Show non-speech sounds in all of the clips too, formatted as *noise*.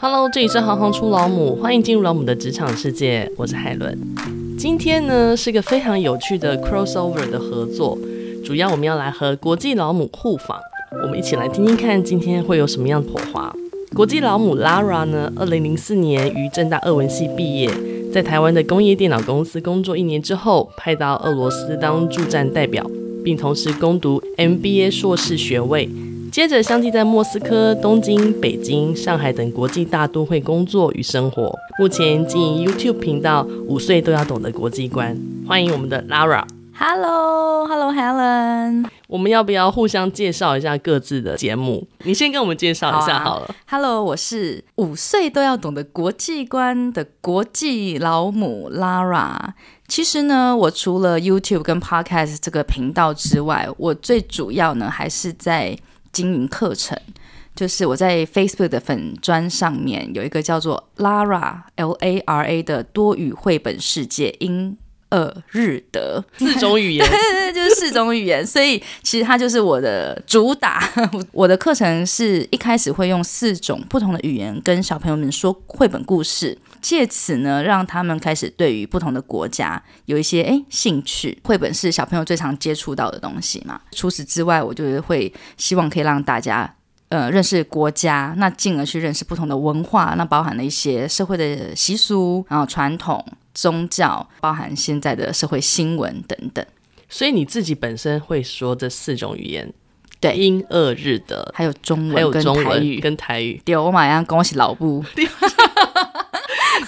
Hello，这里是行行出老母，欢迎进入老母的职场世界，我是海伦。今天呢是个非常有趣的 crossover 的合作，主要我们要来和国际老母互访，我们一起来听听看今天会有什么样的火花。国际老母 Lara 呢，二零零四年于正大俄文系毕业，在台湾的工业电脑公司工作一年之后，派到俄罗斯当驻站代表，并同时攻读 MBA 硕士学位。接着相继在莫斯科、东京、北京、上海等国际大都会工作与生活。目前经营 YouTube 频道“五岁都要懂的国际观”，欢迎我们的 Lara。 Hello，Hello，Helen。我们要不要互相介绍一下各自的节目？你先跟我们介绍一下好了。 Hello，我是五岁都要懂得国际观的国际老母 Lara。其实呢，我除了 YouTube 跟 Podcast 这个频道之外，我最主要呢还是在经营课程。就是我在 Facebook 的粉砖上面有一个叫做 Lara L A R A 的多语绘本世界英俄日德，四种语言，对，就是四种语言，所以其实它就是我的主打。我的课程是一开始会用四种不同的语言跟小朋友们说绘本故事，借此呢让他们开始对于不同的国家有一些诶兴趣。绘本是小朋友最常接触到的东西嘛。除此之外，我就是会希望可以让大家。呃，认识国家，那进而去认识不同的文化，那包含了一些社会的习俗，然后传统、宗教，包含现在的社会新闻等等。所以你自己本身会说这四种语言，对英、俄、日、德，还有中还文有跟中台文语。跟台语，对，我马上恭喜老布， *laughs*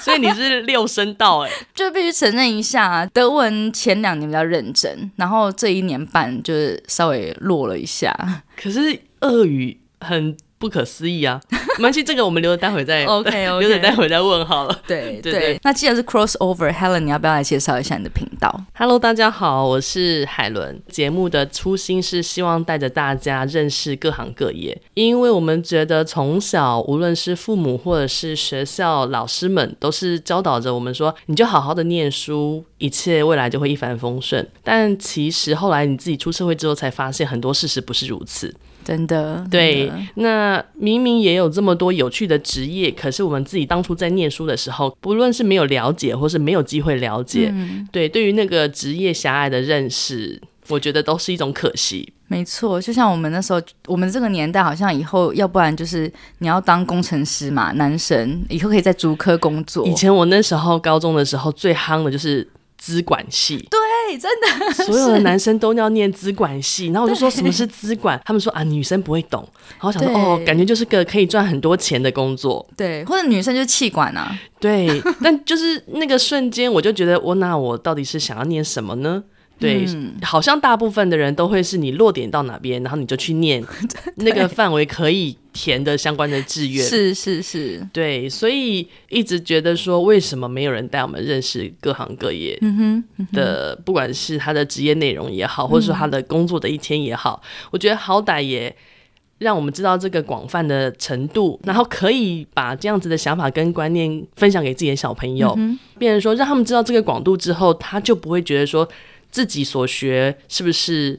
所以你是六声道哎、就必须承认一下啊，德文前两年比较认真，然后这一年半就是稍微弱了一下。可是俄语很不可思议 *laughs* 啊！没关系，这个我们留着待会 *laughs* 再 OK 留着待 OK，会再问好了。*laughs* 对对对对。那既然是 crossover，Helen，你要不要来介绍一下你的频道？ Hello，大家好，我是海伦。节目的初心是希望带着大家认识各行各业，因为我们觉得从小无论是父母或者是学校老师们，都是教导着我们说，你就好好的念书，一切未来就会一帆风顺。但其实后来你自己出社会之后，才发现很多事实不是如此。真的，对真的，那明明也有这么多有趣的职业，可是我们自己当初在念书的时候，不论是没有了解，或是没有机会了解，嗯对，对于那个职业狭隘的认识，我觉得都是一种可惜。没错，就像我们那时候，我们这个年代好像以后，要不然就是你要当工程师嘛，男神以后可以在竹科工作。以前我那时候高中的时候最夯的就是。资管系， *laughs* 对，哎真的所有的男生都要念资管系，然后我就说什么是资管，他们说啊女生不会懂，然后我想说对哦，感觉就是个可以赚很多钱的工作，对，或者女生就是气管啊，对，但就是那个瞬间，我就觉得，我那我到底是想要念什么呢？对，好像大部分的人都会是你落点到哪边，然后你就去念那个范围可以填的相关的志愿。是是是，对，所以一直觉得说，为什么没有人带我们认识各行各业嗯的，不管是他的职业内容也好，或者说他的工作的一天也好，我觉得好歹也让我们知道这个广泛的程度，然后可以把这样子的想法跟观念分享给自己的小朋友，变成说让他们知道这个广度之后，他就不会觉得说自己所学是不是。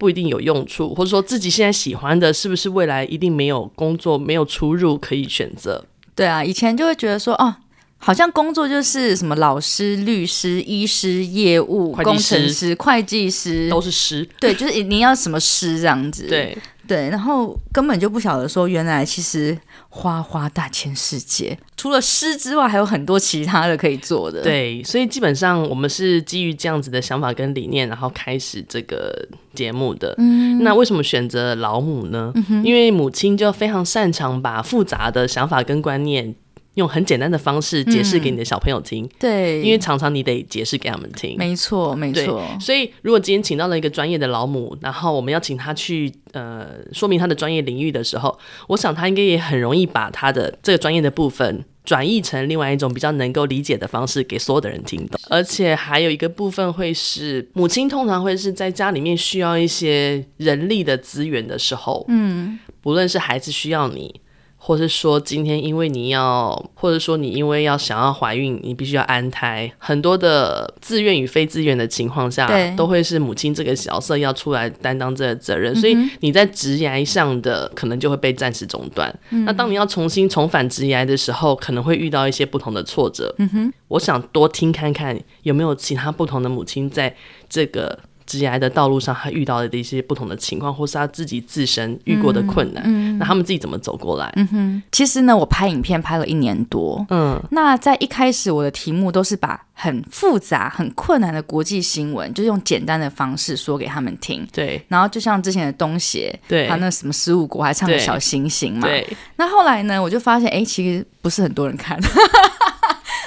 不一定有用处，或者说自己现在喜欢的，是不是未来一定没有工作、没有出入可以选择？对啊，以前就会觉得说，哦，好像工作就是什么老师、律师、医师、业务、会计师工程师、会计师，都是诗。对，就是你要什么师这样子。对，对，然后根本就不晓得说，原来其实花花大千世界，除了师之外，还有很多其他的可以做的。，对，所以基本上我们是基于这样子的想法跟理念，然后开始这个节目的。嗯，那为什么选择老母呢？因为母亲就非常擅长把复杂的想法跟观念。用很简单的方式解释给你的小朋友听，对，因为常常你得解释给他们听。没错，没对错，所以如果今天请到了一个专业的老母，然后我们要请他去呃说明他的专业领域的时候，我想他应该也很容易把他的这个专业的部分。转译成另外一种比较能够理解的方式给所有的人听懂，而且还有一个部分会是母亲通常会是在家里面需要一些人力的资源的时候，嗯，不论是孩子需要你，或是说今天因为你要，或者说你因为要想要怀孕，你必须要安胎，很多的自愿与非自愿的情况下对，都会是母亲这个角色要出来担当这个责任，所以你在职涯上的可能就会被暂时中断。那当你要重新重返职涯的时候，可能会遇到一些不同的挫折。嗯哼，我想多听看看有没有其他不同的母亲在这个职涯的道路上，她遇到的一些不同的情况，或是她自己自身遇过的嗯困难，那他们自己怎么走过来？嗯其实呢，我拍影片拍了一年多，那在一开始，我的题目都是把很复杂、很困难的国际新闻，就是用简单的方式说给他们听。对然后就像之前的东协，对还有那什么十五国还唱个对小星星嘛。对，那后来呢，我就发现，哎，其实不是很多人看。 *laughs*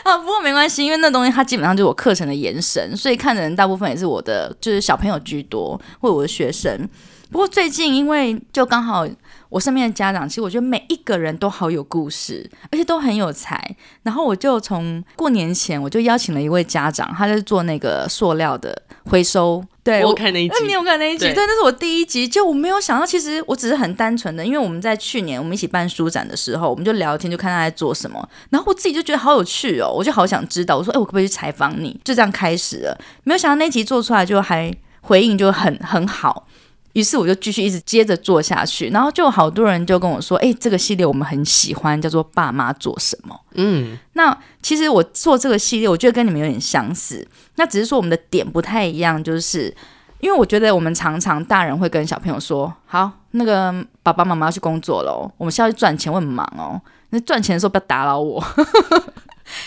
啊，不过没关系，因为那东西它基本上就是我课程的延伸，所以看的人大部分也是我的，就是小朋友居多，或者我的学生。不过最近因为就刚好我身边的家长，其实我觉得每一个人都好有故事，而且都很有才。然后我就从过年前我就邀请了一位家长，他就是做那个塑料的回收。对，我看那一集哎那你有看那一集？对对，那是我第一集，就我没有想到，其实我只是很单纯的，因为我们在去年我们一起办书展的时候，我们就聊天，就看他在做什么，然后我自己就觉得好有趣哦，我就好想知道，我说，哎、我可不可以去采访你？就这样开始了，没有想到那集做出来就还回应就很很好。于是我就继续一直接着做下去，然后就有好多人就跟我说：“哎、这个系列我们很喜欢，叫做《爸妈做什么》。”嗯，那其实我做这个系列，我觉得跟你们有点相似，那只是说我们的点不太一样，就是因为我觉得我们常常大人会跟小朋友说：“好，那个爸爸妈妈要去工作喽，我们是要去赚钱，我很忙哦。那赚钱的时候不要打扰我。” *laughs*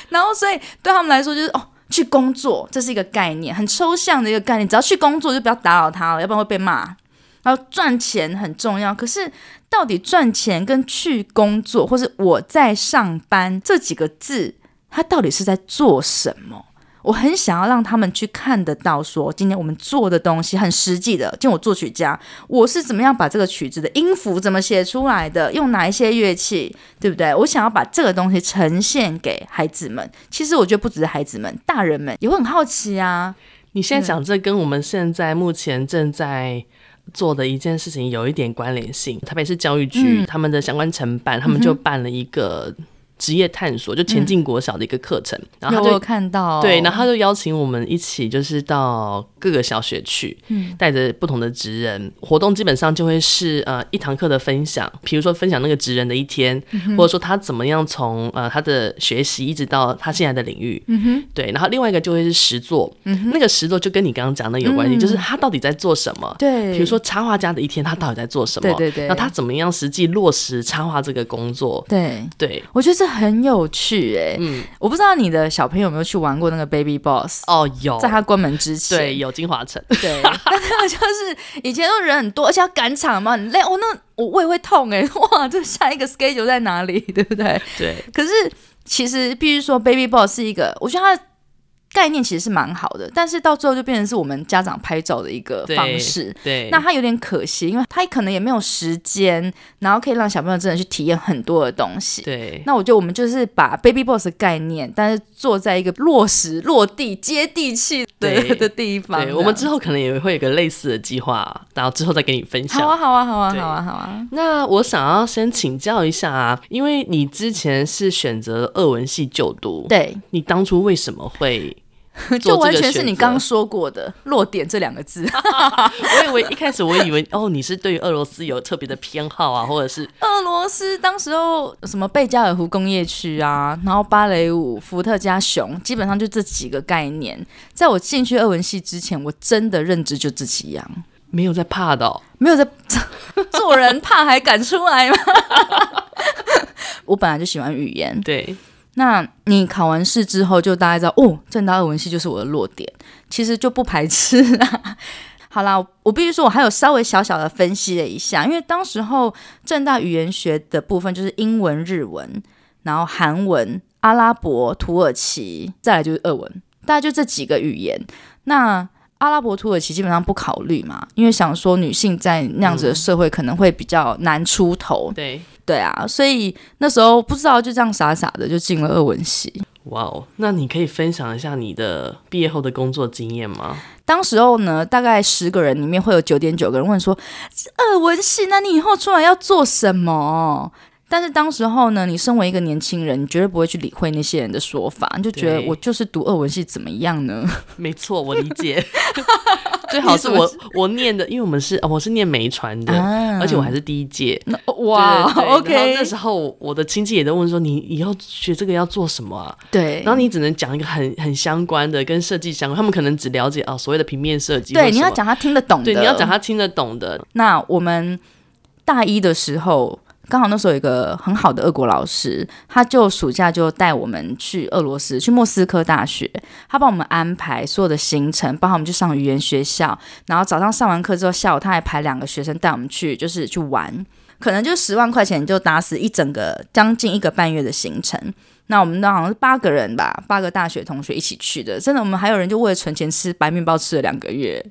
然后，所以对他们来说就是哦。去工作，这是一个概念，很抽象的一个概念。只要去工作，就不要打扰他了，要不然会被骂。然后赚钱很重要，可是到底赚钱跟去工作，或是我在上班这几个字，它到底是在做什么？我很想要让他们去看得到说今天我们做的东西很实际的。今天我作曲家，我是怎么样把这个曲子的音符怎么写出来的，用哪一些乐器，对不对？我想要把这个东西呈现给孩子们。其实我觉得不只是孩子们，大人们也会很好奇啊。你现在讲这跟我们现在目前正在。做的一件事情有一点关联性，台北市教育局、嗯他们的相关承办，他们就办了一个职业探索，就前进国小的一个课程，然后嗯他有我就有看到，哦对，然后他就邀请我们一起，就是到各个小学去，嗯带着不同的职人活动，基本上就会是呃一堂课的分享，比如说分享那个职人的一天，嗯或者说他怎么样从呃他的学习一直到他现在的领域，嗯对，然后另外一个就会是实作，那个实作就跟你刚刚讲的有关系，就是他到底在做什么，嗯对， *laughs* 比如说插画家的一天，他到底在做什么，对对对那他怎么样实际落实插画这个工作，对，对，嗯我觉得这很有趣哎、我不知道你的小朋友有没有去玩过那个 Baby Boss，、哦有在。他关门之前，对，有金 *laughs* 华城，对，但是就是以前都人很多，而且要赶场嘛，很累。哦，那我胃会痛哎、 *laughs* 哇，这下一个 schedule 在哪里， *laughs* 对不对？对，可是其实必须说，Baby Boss 是一个，我觉得它的概念其实是蛮好的，但是到最后就变成是我们家长拍照的一个对方式。对，那他有点可惜，因为他可能也没有时间，然后可以让小朋友真的去体验很多的东西。对，那我觉得我们就是把 Baby Boss 的概念，但是做在一个落实、落地、接地气的对 *laughs* 的地方这对，样。我们之后可能也会有个类似的计划，然后之后再跟你分享。好啊，好啊，好啊，对好啊，好啊。那我想要先请教一下啊，因为你之前是选择俄文系就读，对，你当初为什么会 *laughs* 做这就个完全是选你择刚说过的“落点”这两 *laughs* 个字。我以为一开始我以为哦，你是对于俄罗斯有特别的偏好啊，或者是俄罗斯当时候什么贝加尔湖工业区啊，然后芭蕾舞、伏特加熊，基本上就这几个概念。在我进去俄文系之前，我真的认知就这几样。没有在怕的、哦。没 *laughs* 有在做人怕还敢出来吗？ *laughs* 我本来就喜欢语言，对，那你考完试之后就大概知道，哦，正大二文系就是我的弱点，其实就不排斥啊。好啦，我必须说，我还有稍微小小的分析了一下，因为当时候正大语言学的部分就是英文、日文，然后韩文、阿拉伯、土耳其，再来就是俄文，大概就这几个语言。那阿拉伯、土耳其基本上不考虑嘛，因为想说女性在那样子的社会可能会比较难出头，对，对啊，所以那时候不知道就这样傻傻的就进了二文系。哇哦，那你可以分享一下你的毕业后的工作经验吗？当时候呢，大概十个人里面会有九点九个人问说：“二文系，那你以后出来要做什么？”但是当时候呢，你身为一个年轻人，你绝对不会去理会那些人的说法，你就觉得对我就是读俄文系怎么样呢？没错，我理解。 *laughs* 最好是我我念的，因为我们是、哦我是念梅传的，啊而且我还是第一届。那对对对哇然后那，OK，时候我的亲戚也在问说，你以后学这个要做什么啊？对，然后你只能讲一个很很相关的，跟设计相关，他们可能只了解啊、哦所谓的平面设计。对你要，讲他听得懂的，对，你要讲他听得懂的，那我们大一的时候，刚好那时候有一个很好的俄国老师，他就暑假就带我们去俄罗斯，去莫斯科大学，他帮我们安排所有的行程，帮我们去上语言学校，然后早上上完课之后，下午他还排两个学生带我们去，就是去玩。可能就十万块钱就打死一整个将近一个半月的行程，那我们那好像是八个人吧，八个大学同学一起去的。真的，我们还有人就为了存钱吃白面包吃了两个月。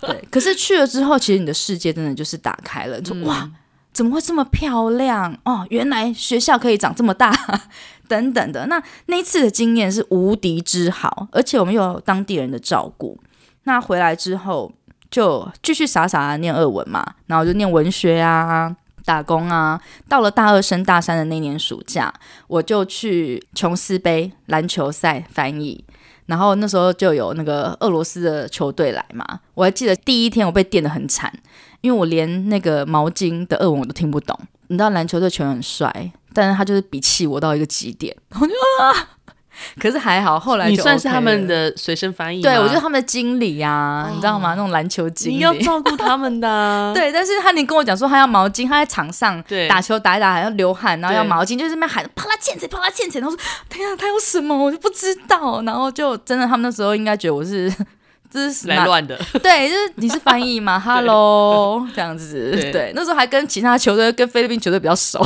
对，可是去了之后，其实你的世界真的就是打开了，就、哇，怎么会这么漂亮哦？原来学校可以长这么大， *laughs* 等等的。那那一次的经验是无敌之好，而且我们又有当地人的照顾。那回来之后就继续傻傻的念俄文嘛，然后就念文学啊。打工啊，到了大二升大三的那年暑假，我就去琼斯杯篮球赛翻译，然后那时候就有那个俄罗斯的球队来嘛，我还记得第一天我被电得很惨，因为我连那个毛巾的俄文我都听不懂。你知道篮球队球员很帅，但是他就是比气我到一个极点，我就啊！ *laughs* 可是还好，后来就你算是 OK 他们了的随身翻译吗。哦对，我就是他们的经理呀、你知道吗？那种篮球经你要理。。照顾他们的、啊 *laughs* *laughs* 对，但是他你跟我讲说他要毛巾，他在场上对打球打一打还要流汗，然后要对毛巾，就是在那边喊啪啦溅起来啪啦溅起来，然后说天啊，他有什么我就不知道，然后就真的他们那时候应该觉得我是 *laughs* 这是来哪乱的， *laughs* 对，就是你是翻译吗？Hello，这样子对对，那时候还跟其他球队跟菲律宾球队比较熟，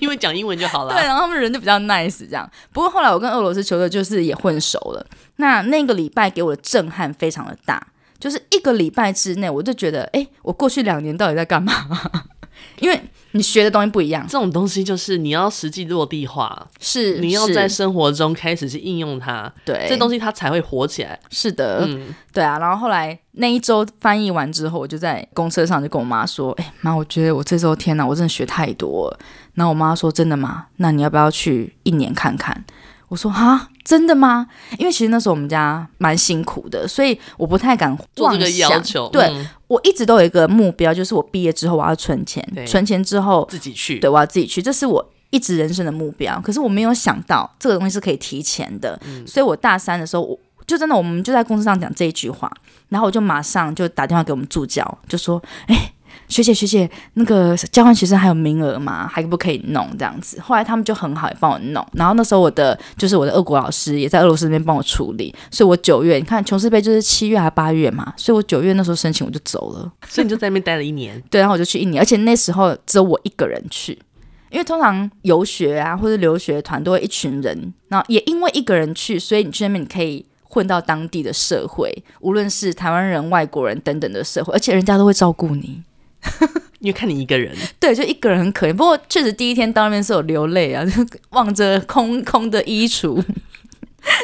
因为讲英文就好了。对，然后他们人就比较 nice 这样。不过后来我跟俄罗斯球队就是也混熟了。那那个礼拜给我的震撼非常的大，就是一个礼拜之内，我就觉得，哎，我过去两年到底在干嘛？ *laughs* 因为你学的东西不一样，这种东西就是你要实际落地化，是你要在是生活中开始去应用它，对这东西它才会火起来。是的，嗯，对啊。然后后来那一周翻译完之后，我就在公车上就跟我妈说，哎妈，我觉得我这周天哪，我真的学太多了。然后我妈说：“真的吗？那你要不要去一年看看？”我说：“哈，真的吗？”因为其实那时候我们家蛮辛苦的，所以我不太敢做妄这个想要求，对、嗯我一直都有一个目标，就是我毕业之后我要存钱对，存钱之后，自己去。对我要自己去，这是我一直人生的目标。可是我没有想到这个东西是可以提前的，所以我大三的时候，我就真的我们就在公司上讲这一句话，然后我就马上就打电话给我们助教，就说：“哎、学姐学姐，那个交换学生还有名额吗？还可不可以弄这样子？”后来他们就很好，也帮我弄。然后那时候我的就是我的俄国老师也在俄罗斯那边帮我处理，所以我九月你看琼斯杯就是七月还八月嘛，所以我九月那时候申请我就走了。，所以你就在那边待了一年对，然后我就去印尼，而且那时候只有我一个人去，因为通常游学啊或者留学团都会一群人，然后也因为一个人去，所以你去那边你可以混到当地的社会，无论是台湾人、外国人等等的社会，而且人家都会照顾你。因为看你一个人，对，就一个人很可怜。不过确实第一天到那边是有流泪啊，就望着空空的衣橱， *laughs*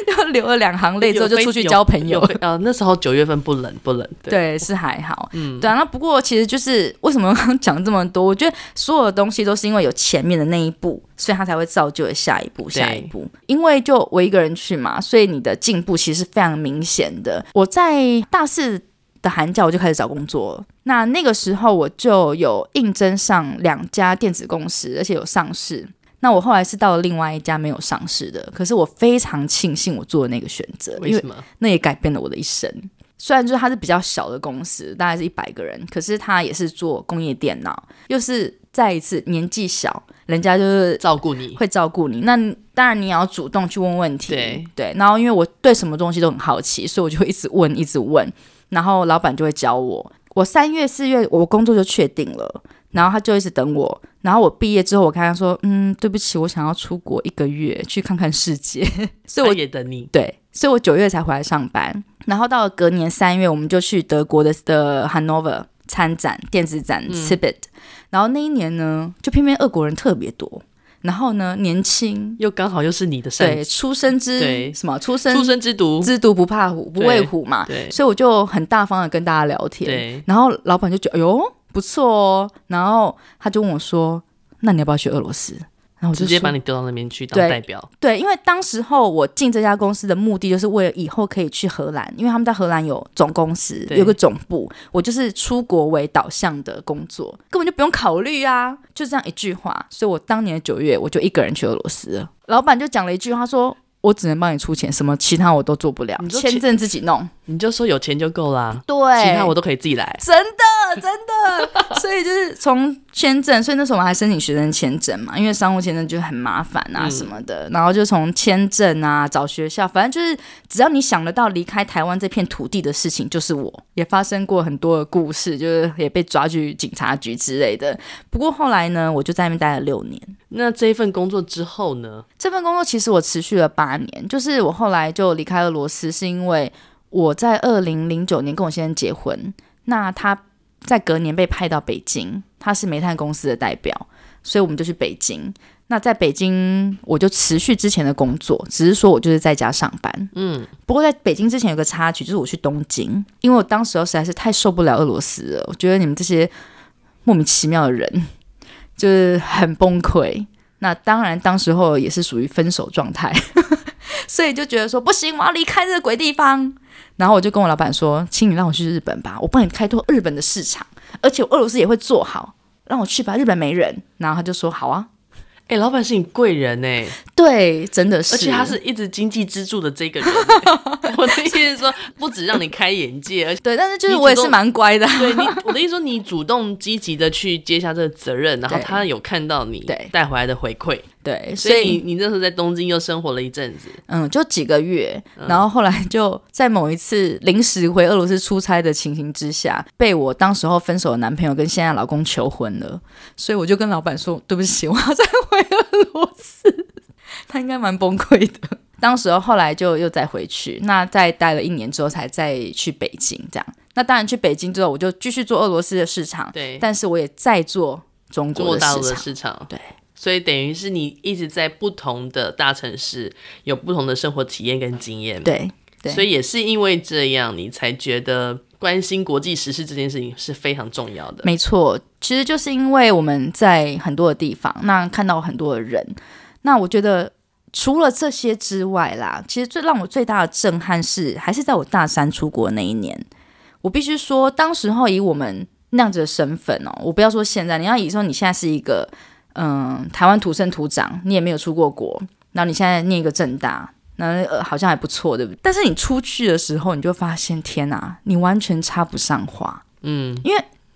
就流了两行泪之后就出去交朋友有。有呃，那时候九月份不冷不冷，对，对，是还好，嗯，对啊。那不过其实就是为什么刚刚 *laughs* 讲这么多？我觉得所有的东西都是因为有前面的那一步，所以它才会造就了下一步、对下一步。因为就我一个人去嘛，所以你的进步其实是非常明显的。我在大四的寒假我就开始找工作了，那那个时候我就有应征上两家电子公司，而且有上市。那我后来是到了另外一家没有上市的，可是我非常庆幸我做的那个选择，因为为什么？那也改变了我的一生。虽然就是它是比较小的公司，大概是一百个人，可是它也是做工业电脑，又是再一次年纪小，人家就是照顾你，会照顾你。那当然你也要主动去问问题，对然后因为我对什么东西都很好奇，所以我就一直问，一直问，然后老板就会教我。我三月、四月我工作就确定了，然后他就一直等我。然后我毕业之后，我跟他说：“嗯，对不起，我想要出国一个月去看看世界。”所以我他也等你。对，所以我九月才回来上班，然后到了隔年三月，我们就去德国的的 Hanover 参展电子展嗯 c i b i t 然后那一年呢，就偏偏俄国人特别多，然后呢年轻，又刚好又是你的擅对，出生之对什么出出生生之毒，之毒不怕虎，不畏虎嘛，对所以我就很大方的跟大家聊天，对，然后老板就觉得哎呦不错哦，然后他就问我说：“那你要不要去俄罗斯？”然后我就直接说把你丢到那边去当对代表，对，因为当时候我进这家公司的目的就是为了以后可以去荷兰，因为他们在荷兰有总公司，对有个总部，我就是出国为导向的工作，根本就不用考虑啊，就这样一句话。所以我当年九月我就一个人去俄罗斯了，老板就讲了一句话说。我只能帮你出钱，什么其他我都做不了，你说签去证自己弄。你就说有钱就够啦，对，其他我都可以自己来。真的真的， *laughs* 所以就是从签证，所以那时候我还申请学生签证嘛，因为商务签证就很麻烦啊嗯什么的，然后就从签证啊找学校，反正就是只要你想得到离开台湾这片土地的事情，就是我也发生过很多的故事，就是也被抓去警察局之类的。不过后来呢，我就在那边待了六年。那这一份工作之后呢？这份工作其实我持续了八年，就是我后来就离开俄罗斯，是因为我在二零零九年跟我先生结婚，那他在隔年被派到北京，他是煤炭公司的代表，所以我们就去北京。那在北京，我就持续之前的工作，只是说我就是在家上班。嗯，不过在北京之前有个插曲，就是我去东京，因为我当时候实在是太受不了俄罗斯了，我觉得你们这些莫名其妙的人就是很崩溃。那当然，当时候也是属于分手状态， *laughs* 所以就觉得说不行，我要离开这个鬼地方。然后我就跟我老板说，请你让我去日本吧，我帮你开拓日本的市场，而且我俄罗斯也会做好，让我去吧，日本没人。然后他就说好啊，哎、老板是你贵人哎、对，真的是，而且他是一直经济支柱的这个人、欸 *laughs* 我的意思是说，不止让你开眼界，而且对，但是就是你我也主动是蛮乖的，对你，我的意思说，你主动积极的去接下这个责任，然后对他有看到你对带回来的回馈，对，所以你你那时候在东京又生活了一阵子，嗯，就几个月，嗯然后后来就在某一次临时回俄罗斯出差的情形之下，被我当时候分手的男朋友跟现在的老公求婚了，所以我就跟老板说对不起，我要再回俄罗斯，他应该蛮崩溃的。当时候后来就又再回去，那再待了一年之后才再去北京这样。那当然去北京之后，我就继续做俄罗斯的市场，对，但是我也在做中中国国的大市陆的场。市场，对。所以等于是你一直在不同的大城市有不同的生活体验跟经验，对对所以也是因为这样，你才觉得关心国际时事这件事情是非常重要的。没错，其实就是因为我们在很多的地方，那看到很多的人，那我觉得除了这些之外啦，其实最让我最大的震撼是，还是在我大三出国那一年，我必须说，当时候以我们那样子的身份哦，我不要说现在，你要以说你现在是一个嗯台湾土生土长，你也没有出过国，然后你现在念一个正大。那、呃、好像还不错，对不对？但是你出去的时候，你就发现，天哪，你完全插不上话。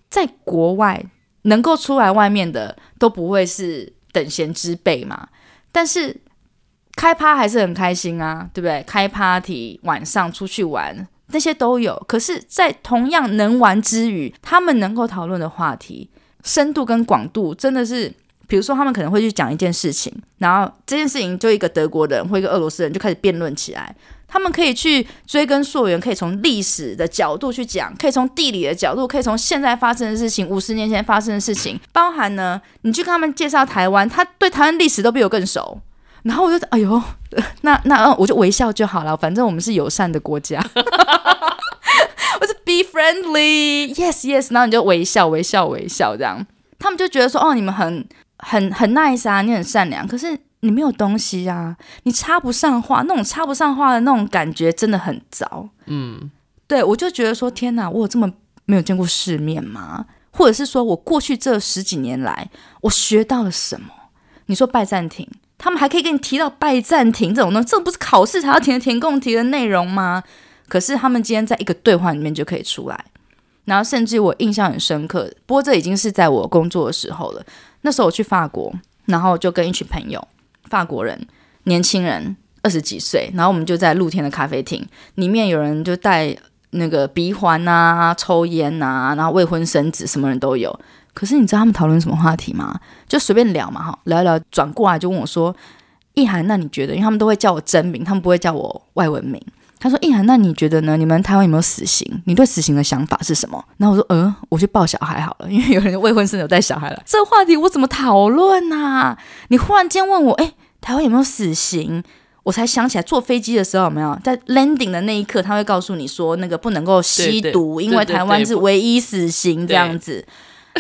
在国外能够出来外面的都不会是等闲之辈嘛。但是开趴还是很开心啊，对不对？开 party，晚上出去玩那些都有。可是，在同样能玩之余，他们能够讨论的话题深度跟广度真的是。比如说，他们可能会去讲一件事情，然后这件事情就一个德国人或一个俄罗斯人就开始辩论起来。他们可以去追根溯源，可以从历史的角度去讲，可以从地理的角度，可以从现在发生的事情、五十年前发生的事情，包含呢，你去跟他们介绍台湾，他对台湾历史都比我更熟。然后我就哎呦， *laughs* 呃那那呃我就微笑就好了，反正我们是友善的国家。 *laughs* 我是 be friendly，yes yes，然后你就微笑微笑微笑这样，他们就觉得说哦，你们很很很 nice 啊，你很善良，可是你没有东西啊，你插不上话，那种插不上话的那种感觉真的很糟。嗯，对，我就觉得说，天哪，我有这么没有见过世面吗？或者是说我过去这十几年来，我学到了什么？你说拜占庭，他们还可以跟你提到拜占庭这种东西，这不是考试才要填填空题的内容吗？可是他们今天在一个对话里面就可以出来，然后甚至我印象很深刻，不过这已经是在我工作的时候了。那时候我去法国，然后就跟一群朋友，法国人，年轻人，二十几岁，然后我们就在露天的咖啡厅，里面有人就戴那个鼻环啊、抽烟啊，然后未婚生子，什么人都有。可是你知道他们讨论什么话题吗？就随便聊嘛，哈，聊一聊，转过来就问我说：“意涵，那你觉得？因为他们都会叫我真名，他们不会叫我外文名。”他说：“意涵，那你觉得呢？你们台湾有没有死刑？你对死刑的想法是什么？”然后我说：“呃，我去抱小孩好了，因为有人未婚生子有带小孩了，这话题我怎么讨论啊？你忽然间问我，哎，台湾有没有死刑？我才想起来，坐飞机的时候有没有在 landing 的那一刻，他会告诉你说那个不能够吸对对毒，对因为对台湾对是唯一死刑对这样子。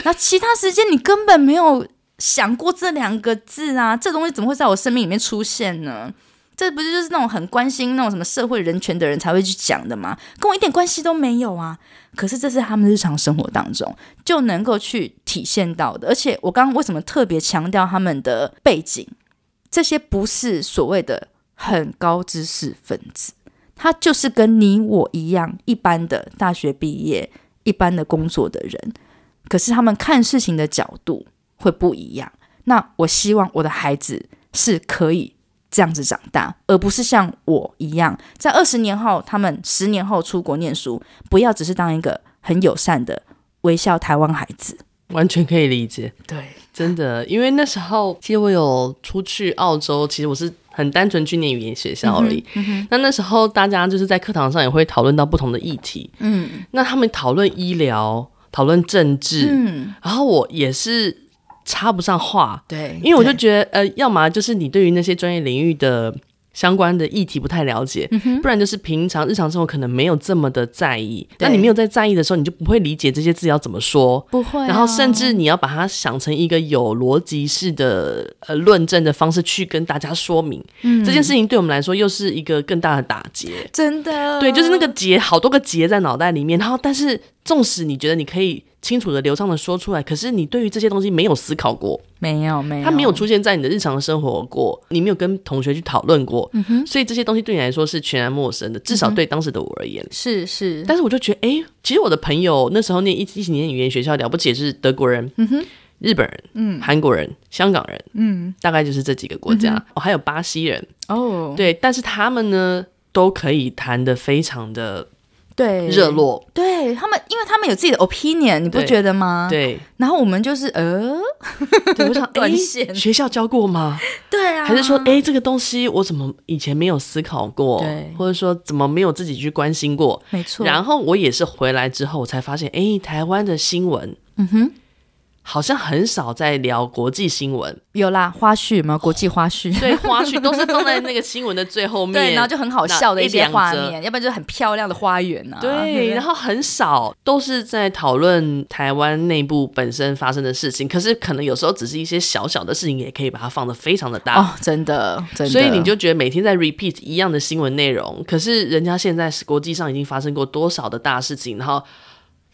那其他时间你根本没有想过这两个字啊，这东西怎么会在我生命里面出现呢？这不是就是那种很关心那种什么社会人权的人才会去讲的吗？跟我一点关系都没有啊！可是这是他们日常生活当中就能够去体现到的。而且我刚刚为什么特别强调他们的背景？这些不是所谓的很高知识分子，他就是跟你我一样一般的大学毕业、一般的工作的人。可是他们看事情的角度会不一样。那我希望我的孩子是可以这样子长大，而不是像我一样，在二十年后，他们十年后出国念书，不要只是当一个很友善的微笑台湾孩子。完全可以理解，对，真的，因为那时候其实我有出去澳洲，其实我是很单纯去念语言学校而已。嗯那那时候大家就是在课堂上也会讨论到不同的议题，嗯那他们讨论医疗，讨论政治，嗯，然后我也是插不上话，对，因为我就对觉得，呃，要么就是你对于那些专业领域的相关的议题不太了嗯解，不然就是平常日常生活可能没有这么的在意。对那你没有在在意的时候，你就不会理解这些字要怎么说。不会啊、然后甚至你要把它想成一个有逻辑式的呃论证的方式去跟大家说明、嗯这件事情，对我们来说又是一个更大的打结。真的，对，就是那个结，好多个结在脑袋里面。然后，但是纵使你觉得你可以清楚的、流畅的说出来，可是你对于这些东西没有思考过，没有没有，它没有出现在你的日常生活过，你没有跟同学去讨论过，嗯所以这些东西对你来说是全然陌生的，至少对当时的我而言。是是，但是我就觉得，哎、其实我的朋友那时候念一一起念语言学校，了不起也是德国人、日本人、嗯、韩国人、香港人，嗯大概就是这几个国家，哦，还有巴西人，哦，对，但是他们呢都可以谈得非常的对热，络，对他们，因为他们有自己的 opinion，你不对觉得吗？， *laughs* 对，然后我们就是呃，对，我想，哎、 *laughs* 断线学校教过吗？对啊，还是说，哎、这个东西我怎么以前没有思考过对，或者说怎么没有自己去关心过？没错，然后我也是回来之后，我才发现，哎、台湾的新闻嗯哼，好像很少在聊国际新 *laughs* 闻，有啦，花絮有没有国际花絮？对，花絮都是放在那个新闻的最后面，对，然后就很好笑的那一些画一两面，要不然就是很漂亮的花园啊，对，然后后很少都是在讨论台湾内部本身发生的事情，可是可能有时候只是一些小小的事情，也可以把它放得非常的大。哦，真的真的，所以你就觉得每天在 repeat 一样的新闻内容，可是人家现在是国际上已经发生过多少的大事情，然后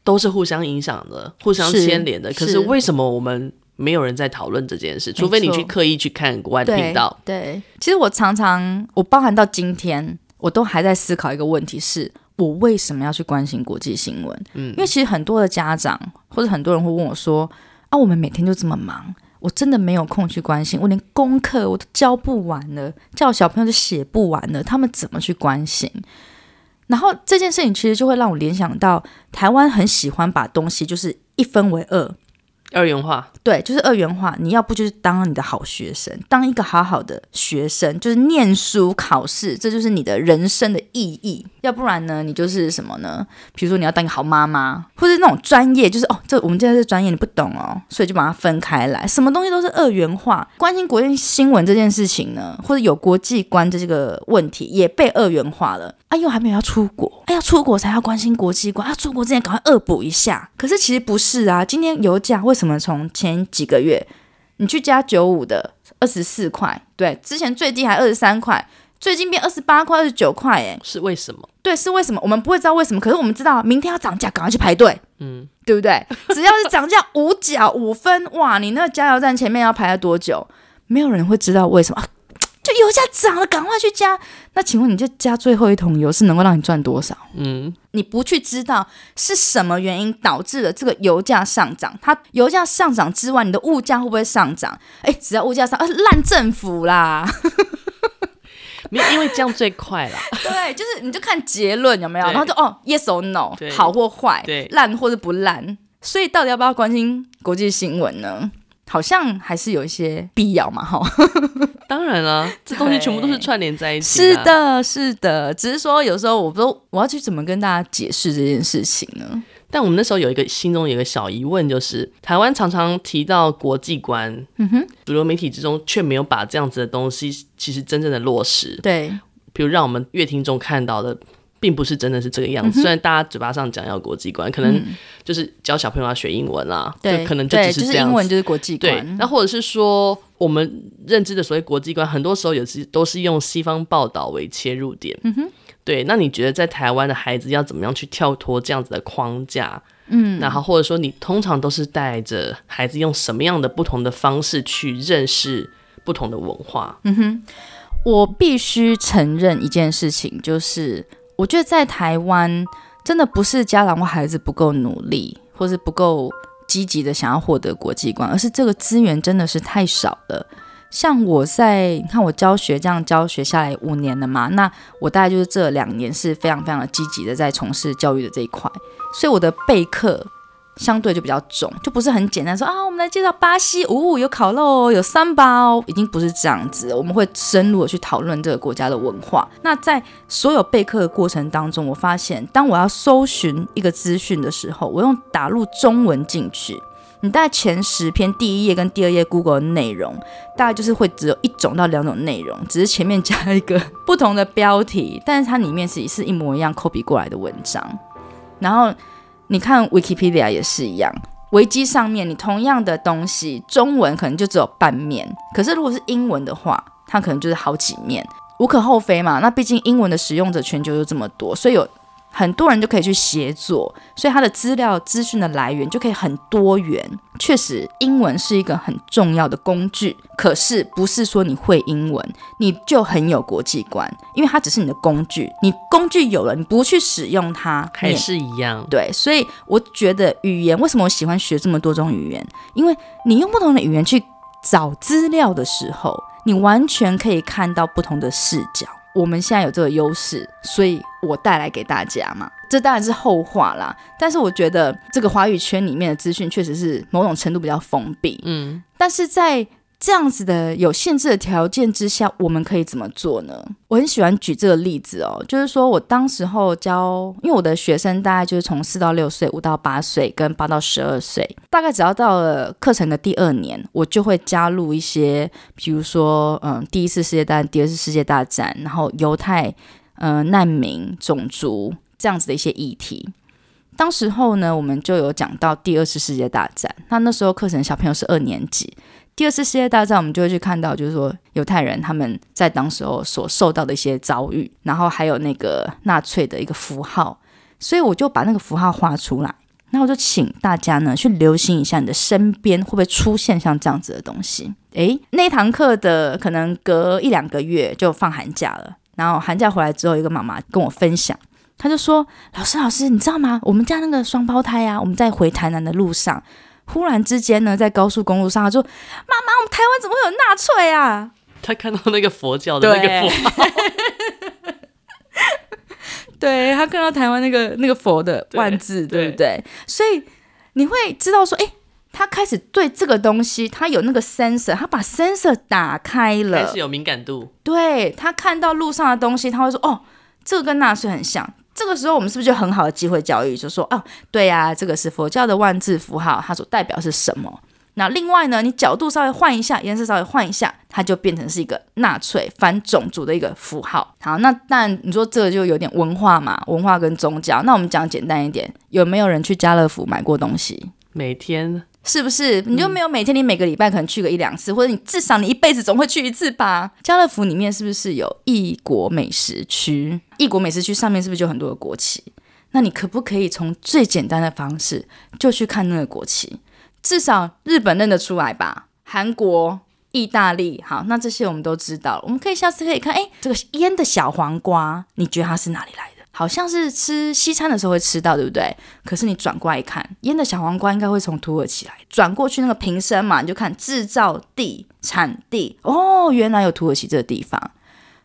都是互相影响的、互相是牵连的。可是是为什么我们没有人在讨论这件事？除非你去刻意去看国外的对频道，对，其实我常常，我包含到今天，我都还在思考一个问题是。我为什么要去关心国际新闻？嗯，因为其实很多的家长或者很多人会问我说：“啊，我们每天就这么忙，我真的没有空去关心，我连功课我都教不完了，叫小朋友都写不完了，他们怎么去关心？”然后这件事情其实就会让我联想到台湾很喜欢把东西就是一分为二，二元化，对，就是二元化。你要不就是当你的好学生，当一个好好的学生，就是念书、考试，这就是你的人生的意义。要不然呢，你就是什么呢？比如说你要当一个好妈妈，或者那种专业，就是哦，这我们现在是专业，你不懂哦，所以就把它分开来。什么东西都是二元化。关心国际新闻这件事情呢，或者有国际观这个问题，也被二元化了。哎呦，还没有要出国，哎，要出国才要关心国际观，啊，出国之前赶快恶补一下。可是其实不是啊，今天油价为什么从前几个月你去加九五的二十四块，对，之前最低还二十三块，最近变二十八块、二十九块，哎，是为什么？对，是为什么？我们不会知道为什么，可是我们知道明天要涨价，赶快去排队，嗯，对不对？ *laughs* 只要是涨价五角五分，哇，你那个加油站前面要排了多久？没有人会知道为什么，啊、就油价涨了，赶快去加。那请问你这加最后一桶油是能够让你赚多少？嗯，你不去知道是什么原因导致了这个油价上涨，它油价上涨之外，你的物价会不会上涨？哎，只要物价上，啊，烂政府啦，没有因为这样最快 *laughs* 啦。对，就是你就看结论有没有，对然后就哦，yes or no，对好或坏对，烂或者不烂，所以到底要不要关心国际新闻呢？好像还是有一些必要嘛，哈。当然啦，这东西全部都是串联在一起是啊，的，是的，只是说有时候我不知道我要去怎么跟大家解释这件事情呢？但我们那时候有一个心中有一个小疑问，就是台湾常常提到国际观，嗯哼，主流媒体之中却没有把这样子的东西其实真正的落实，对，比如让我们乐听众看到的并不是真的是这个样嗯子。虽然大家嘴巴上讲要国际观，可能就是教小朋友要学英文啦，对，就可能就对只就是这样英文子。就是国际对观，，那或者是说，我们认知的所谓国际观，很多时候也是都是用西方报道为切入点。嗯哼，对。那你觉得在台湾的孩子要怎么样去跳脱这样子的框架？嗯，然后或者说，你通常都是带着孩子用什么样的不同的方式去认识不同的文化？嗯我必须承认一件事情，就是我觉得在台湾，真的不是家长或孩子不够努力，或是不够积极的想要获得国际观，而是这个资源真的是太少了。像我在你看我教学这样教学下来五年了嘛，那我大概就是这两年是非常非常的积极的在从事教育的这一块，所以我的备课相对就比较重，就不是很简单说啊，我们来介绍巴西，哦，有烤肉哦，有三巴哦，已经不是这样子，我们会深入的去讨论这个国家的文化。那在所有备课的过程当中，我发现，当我要搜寻一个资讯的时候，我用打入中文进去。你大概前十篇第一页跟第二页 Google 的内容，大概就是会只有一种到两种内容，只是前面加一个不同的标题，但是它里面是是一模一样 copy 过来的文章。然后你看 Wikipedia 也是一样，维基上面你同样的东西，中文可能就只有半面，可是如果是英文的话，它可能就是好几面，无可厚非嘛。那毕竟英文的使用者全球就这么多，所以有很多人就可以去协作，所以它的资料资讯的来源就可以很多元。确实，英文是一个很重要的工具，可是不是说你会英文你就很有国际观，因为它只是你的工具，你工具有了，你不去使用它，还你是一样？对，所以我觉得语言为什么我喜欢学这么多种语言？因为你用不同的语言去找资料的时候，你完全可以看到不同的视角。我们现在有这个优势，所以我带来给大家嘛。这当然是后话啦，但是我觉得这个华语圈里面的资讯确实是某种程度比较封闭，嗯，但是在这样子的有限制的条件之下，我们可以怎么做呢？我很喜欢举这个例子哦，就是说我当时候教，因为我的学生大概就是从四到六岁、五到八岁跟八到十二岁，大概只要到了课程的第二年，我就会加入一些，比如说，嗯，第一次世界大战、第二次世界大战，然后犹太，呃，难民、种族这样子的一些议题。当时候呢，我们就有讲到第二次世界大战，那那时候课程小朋友是二年级，第二次世界大战，我们就会去看到，就是说犹太人他们在当时候所受到的一些遭遇，然后还有那个纳粹的一个符号，所以我就把那个符号画出来，然后我就请大家呢去留心一下你的身边会不会出现像这样子的东西。诶，那一堂课的可能隔一两个月就放寒假了，然后寒假回来之后，一个妈妈跟我分享。她就说：“老师，老师，你知道吗？我们家那个双胞胎啊，我们在回台南的路上，忽然之间呢，在高速公路上，她就台湾怎么会有纳粹啊？他看到那个佛教的那个对符号， *laughs* 对他看到台湾那个那个佛的对万字，对对不对？所以你会知道说，哎、他开始对这个东西，他有那个 sensor，他把 sensor 打开还了是，有敏感度。对他看到路上的东西，他会说，哦，这个跟纳粹很像。这个时候，我们是不是就很好的机会教育，就说哦，对呀、这个是佛教的万字符号，它所代表是什么？那另外呢，你角度稍微换一下，颜色稍微换一下，它就变成是一个纳粹反种族的一个符号。好，那但你说这个就有点文化嘛，文化跟宗教。那我们讲简单一点，有没有人去家乐福买过东西？每天是不是？你就没有每天，你每个礼拜可能去个一两次，或者你至少你一辈子总会去一次吧？家乐福里面是不是有异国美食区？异国美食区上面是不是就有很多的国旗？那你可不可以从最简单的方式就去看那个国旗？至少日本认得出来吧？韩国、意大利，好，那这些我们都知道了。我们可以下次可以看，哎，这个腌的小黄瓜，你觉得它是哪里来的？好像是吃西餐的时候会吃到，对不对？可是你转过来一看，腌的小黄瓜应该会从土耳其来，转过去那个瓶身嘛，你就看制造地、产地，哦，原来有土耳其这个地方。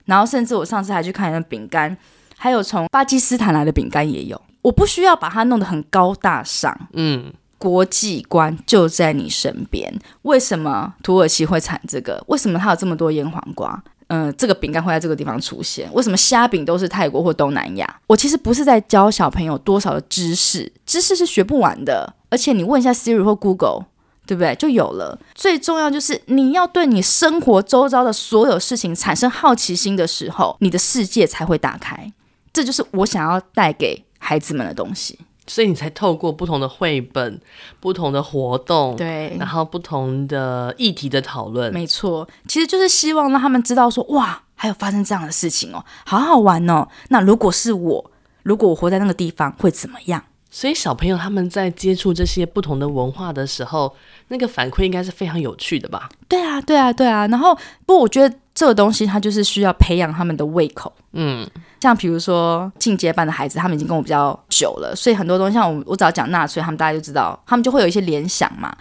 然后甚至我上次还去看那饼干，还有从巴基斯坦来的饼干也有。我不需要把它弄得很高大上，嗯，国际观就在你身边。为什么土耳其会产这个？为什么它有这么多腌黄瓜？嗯、这个饼干会在这个地方出现？为什么虾饼都是泰国或东南亚？我其实不是在教小朋友多少的知识，知识是学不完的。而且你问一下 Siri 或 Google，对不对？就有了。最重要就是你要对你生活周遭的所有事情产生好奇心的时候，你的世界才会打开。这就是我想要带给孩子们的东西。所以你才透过不同的绘本、不同的活动，对然后不同的议题的讨论，没错，其实就是希望让他们知道说，哇，还有发生这样的事情哦，好好玩哦。那如果是我，如果我活在那个地方，会怎么样？所以小朋友他们在接触这些不同的文化的时候，那个反馈应该是非常有趣的吧？对啊，对啊，对啊。然后，不过我觉得这个东西它就是需要培养他们的胃口。嗯，像比如说进阶班的孩子，他们已经跟我比较久了，所以很多东西像我，我只要讲纳粹，他们大家就知道，他们就会有一些联想嘛。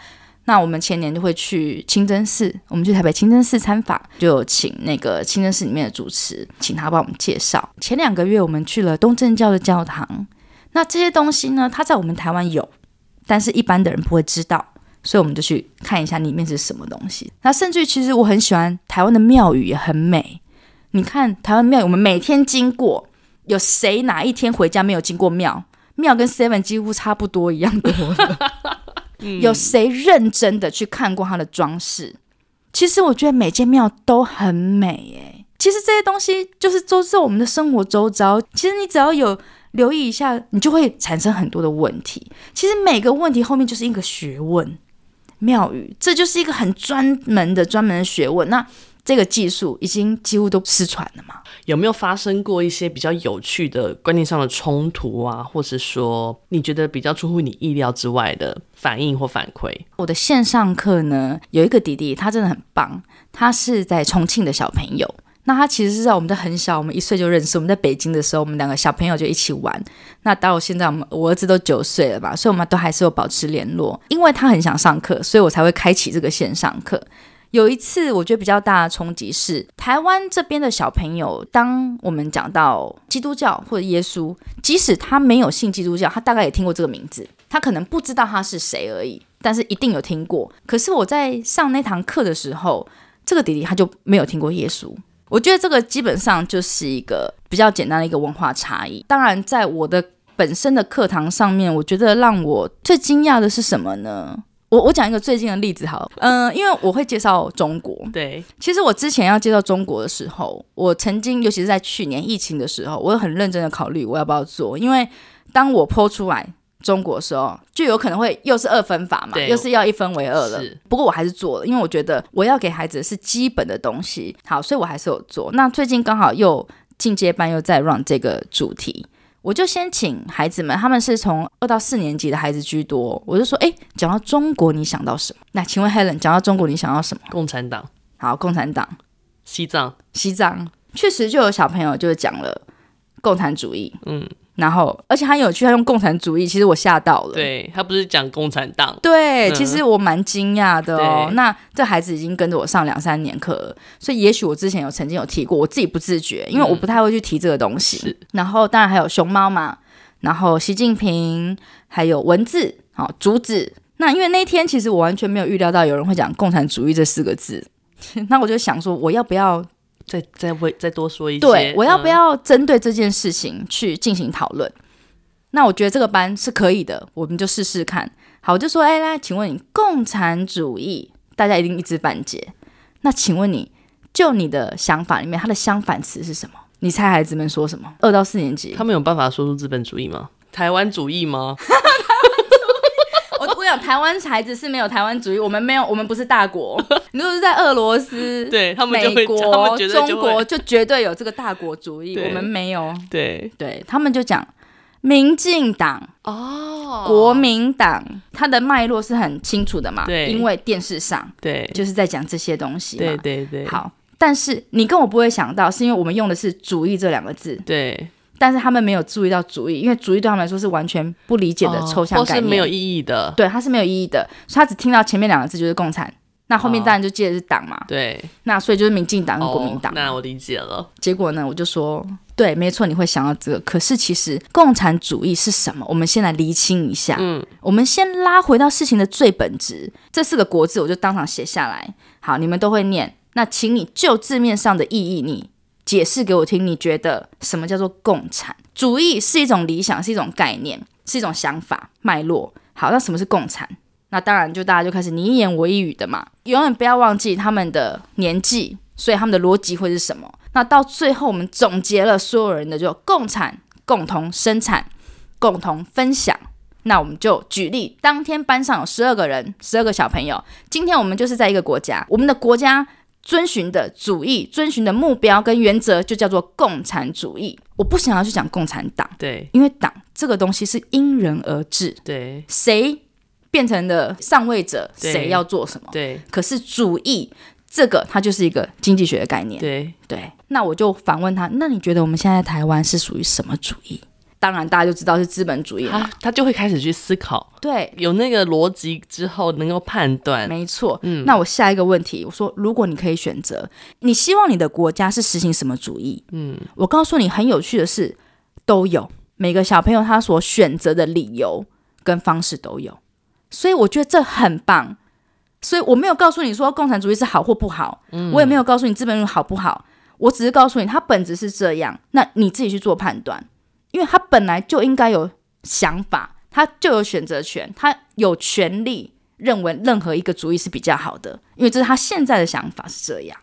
那我们前年就会去清真寺，我们去台北清真寺参访，就有请那个清真寺里面的主持，请他帮我们介绍。前两个月我们去了东正教的教堂，那这些东西呢，它在我们台湾有，但是一般的人不会知道，所以我们就去看一下里面是什么东西。那甚至于其实我很喜欢台湾的庙宇，也很美。你看台湾庙宇，我们每天经过，有谁哪一天回家没有经过庙？庙跟 Seven 几乎差不多一样多了有谁认真的去看过它的装饰？其实我觉得每间庙都很美耶、其实这些东西就是都是我们的生活周遭。其实你只要有留意一下，你就会产生很多的问题。其实每个问题后面就是一个学问。庙宇，这就是一个很专门的专门的学问。那这个技术已经几乎都失传了嘛？有没有发生过一些比较有趣的观念上的冲突啊，或是说你觉得比较出乎你意料之外的反应或反馈？我的线上课呢，有一个弟弟，他真的很棒，他是在重庆的小朋友。那他其实是在我们的很小，我们一岁就认识。我们在北京的时候，我们两个小朋友就一起玩。那到现在，我们我儿子都九岁了嘛，所以我们都还是有保持联络。因为他很想上课，所以我才会开启这个线上课。有一次，我觉得比较大的冲击是，台湾这边的小朋友，当我们讲到基督教或者耶稣，即使他没有信基督教，他大概也听过这个名字，他可能不知道他是谁而已，但是一定有听过。可是我在上那堂课的时候，这个弟弟他就没有听过耶稣。我觉得这个基本上就是一个比较简单的一个文化差异。当然，在我的本身的课堂上面，我觉得让我最惊讶的是什么呢？我我讲一个最近的例子好了，嗯、因为我会介绍中国，对，其实我之前要介绍中国的时候，我曾经，尤其是在去年疫情的时候，我有很认真的考虑我要不要做，因为当我剖出来中国的时候，就有可能会又是二分法嘛，对又是要一分为二了是。不过我还是做了，因为我觉得我要给孩子的是基本的东西，好，所以我还是有做。那最近刚好又进阶班又在 run 这个主题。我就先请孩子们，他们是从二到四年级的孩子居多。我就说，诶，讲到中国，你想到什么？那请问 Helen，讲到中国，你想到什么？共产党、好，共产党。西藏，西藏确实就有小朋友就是讲了共产主义，嗯，然后而且他有趣，他用共产主义，其实我吓到了。对他不是讲共产党，对，嗯其实我蛮惊讶的哦。对那这孩子已经跟着我上两三年课了，所以也许我之前有曾经有提过，我自己不自觉，因为我不太会去提这个东西。是然后当然还有熊猫嘛，然后习近平，还有文字，好、竹子。那因为那天其实我完全没有预料到有人会讲共产主义这四个字， *laughs* 那我就想说我要不要再再为再多说一些，对，我要不嗯要针对这件事情去进行讨论？那我觉得这个班是可以的，我们就试试看。好，我就说，哎，来，请问你共产主义，大家一定一知半解。那请问你，就你的想法里面，它的相反词是什么？你猜孩子们说什么？二到四年级，他们有办法说出资本主义吗？台湾主义吗？我我想台湾孩子是没有台湾主义，我们没有，我们不是大国。你如果是在俄罗斯、 *laughs* 对他们就美会，他国、们绝对中就国，会，就绝对有这个大国主义，对我们没有。对对他们就讲民进党、哦国民党，它的脉络是很清楚的嘛，对因为电视上对就是在讲这些东西嘛。对对对，好，但是你跟我不会想到，是因为我们用的是“主义”这两个字，对但是他们没有注意到“主义”，因为“主义”对他们来说是完全不理解的哦抽象或概是没念，有意义的，对，它是没有意义的，所以他只听到前面两个字就是共产。那后面哦当然就接的是党嘛，对，那所以就是民进党跟哦，国民党。那我理解了，结果呢，我就说，对，没错，你会想到这个。可是其实共产主义是什么？我们先来厘清一下。嗯，我们先拉回到事情的最本质。这四个国字，我就当场写下来。好，你们都会念。那请你就字面上的意义，你解释给我听。你觉得什么叫做共产主义？是一种理想，是一种概念，是一种想法脉络。好，那什么是共产？那当然，就大家就开始你一言我一语的嘛，永远不要忘记他们的年纪，所以他们的逻辑会是什么？那到最后我们总结了所有人的就共产共同生产、共同分享。那我们就举例，当天班上有十二个人，十二个小朋友。今天我们就是在一个国家，我们的国家遵循的主义、遵循的目标跟原则就叫做共产主义。我不想要去讲共产党，对因为党这个东西是因人而治，对谁变成了上位者，对谁要做什么。对可是主义这个，它就是一个经济学的概念。对，对，那我就反问他，那你觉得我们现在台湾是属于什么主义？当然，大家就知道是资本主义了嘛。他他就会开始去思考，对，有那个逻辑之后能够判断，没错。那我下一个问题，我说，如果你可以选择，你希望你的国家是实行什么主义？嗯，我告诉你，很有趣的是，都有每个小朋友他所选择的理由跟方式都有，所以我觉得这很棒。所以我没有告诉你说共产主义是好或不好，嗯我也没有告诉你资本主义好不好，我只是告诉你它本质是这样，那你自己去做判断，因为它本来就应该有想法，它就有选择权，它有权利认为任何一个主义是比较好的，因为这是他现在的想法是这样，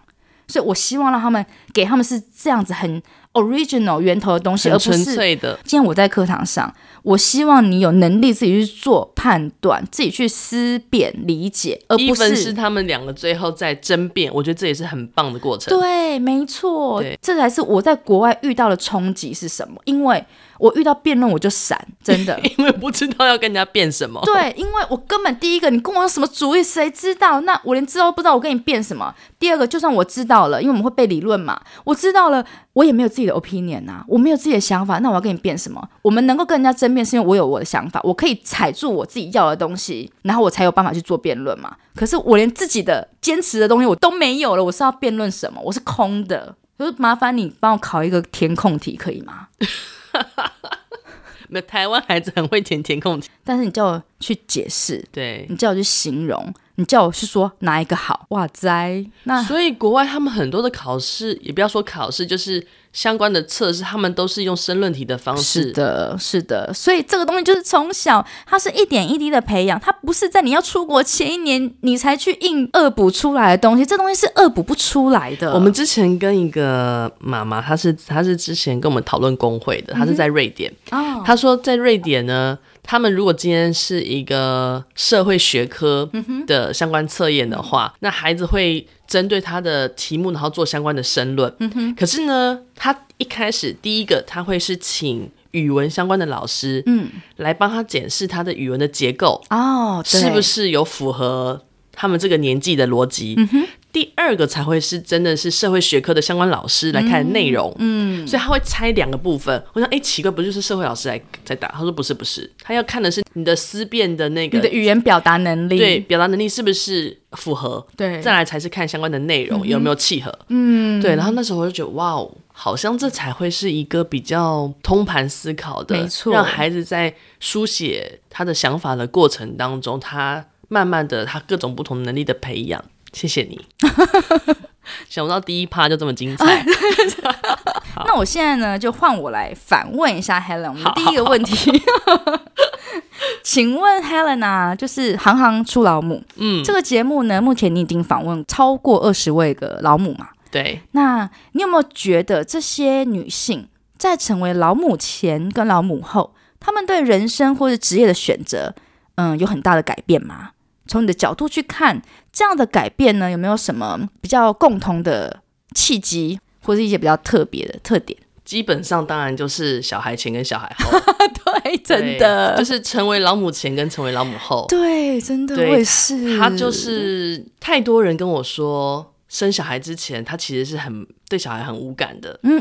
所以我希望让他们给他们是这样子很 original 源头的东西，而很不纯是粹的，今天我在课堂上，我希望你有能力自己去做判断，自己去思辨理解，而一不分是他们两个最后在争辩，我觉得这也是很棒的过程。对，没错对，。这才是我在国外遇到的冲击是什么？因为我遇到辩论我就闪，真的 *laughs* 因为不知道要跟人家辩什么。对，因为我根本第一个，你跟我有什么主意，谁知道？那我连知道都不知道，我跟你辩什么？第二个，就算我知道了，因为我们会背理论嘛，我知道了，我也没有自己的 opinion 啊，我没有自己的想法，那我要跟你辩什么？我们能够跟人家争辩，是因为我有我的想法，我可以踩住我自己要的东西，然后我才有办法去做辩论嘛。可是我连自己的坚持的东西我都没有了，我是要辩论什么？我是空的。就是麻烦你帮我考一个填空题，可以吗？没有，台湾孩子很会填填空题。但是你叫我去解释， *laughs* 对，你叫我去形容，你叫我去说哪一个好，哇塞，那嗯所以国外他们很多的考试，也不要说考试，就是相关的测试，他们都是用申论题的方是式。的，是的，所以这个东西就是从小，它是一点一滴的培养，它不是在你要出国前一年你才去硬恶补出来的东西，这东西是恶补不出来的。我们之前跟一个妈妈，她是她是之前跟我们讨论工会的，她是在瑞典。嗯哦，她说在瑞典呢，他们如果今天是一个社会学科嗯的相关测验的话，那孩子会针对他的题目，然后做相关的申论。嗯可是呢，他一开始第一个他会是请语文相关的老师，嗯，来帮他检视他的语文的结构哦，对是不？是有符合他们这个年纪的逻辑。第二个才会是真的是社会学科的相关老师来看内容，嗯，所以他会拆两个部分。我想，哎、奇怪，不就是社会老师来在打？他说不是，不是，他要看的是你的思辨的那你个的语言表达能力，对表达能力是不是符合，对再来才是看相关的内容有没有契合，嗯，对。然后那时候我就觉得，哇哦，好像这才会是一个比较通盘思考的，没错让孩子在书写他的想法的过程当中，他慢慢的他各种不同能力的培养。谢谢 *laughs* 你，想不到第一趴就这么精彩，那我现在呢，就换我来反问一下 Helen。我们第一个问题， *laughs* 请问 Helen 啊，就是《行行出老母》嗯，这个节目呢，目前你已经访问超过二十位个老母嘛？对，那你有没有觉得这些女性在成为老母前跟老母后，她们对人生或者职业的选择，嗯，有很大的改变吗？从你的角度去看，这样的改变呢，有没有什么比较共同的契机，或是一些比较特别的特点？基本上当然就是小孩前跟小孩后， *laughs* 对，对真的就，是成为老母前跟成为老母后，对，真的，我对也是。他就是太多人跟我说，生小孩之前他其实是很对小孩很无感的，我是，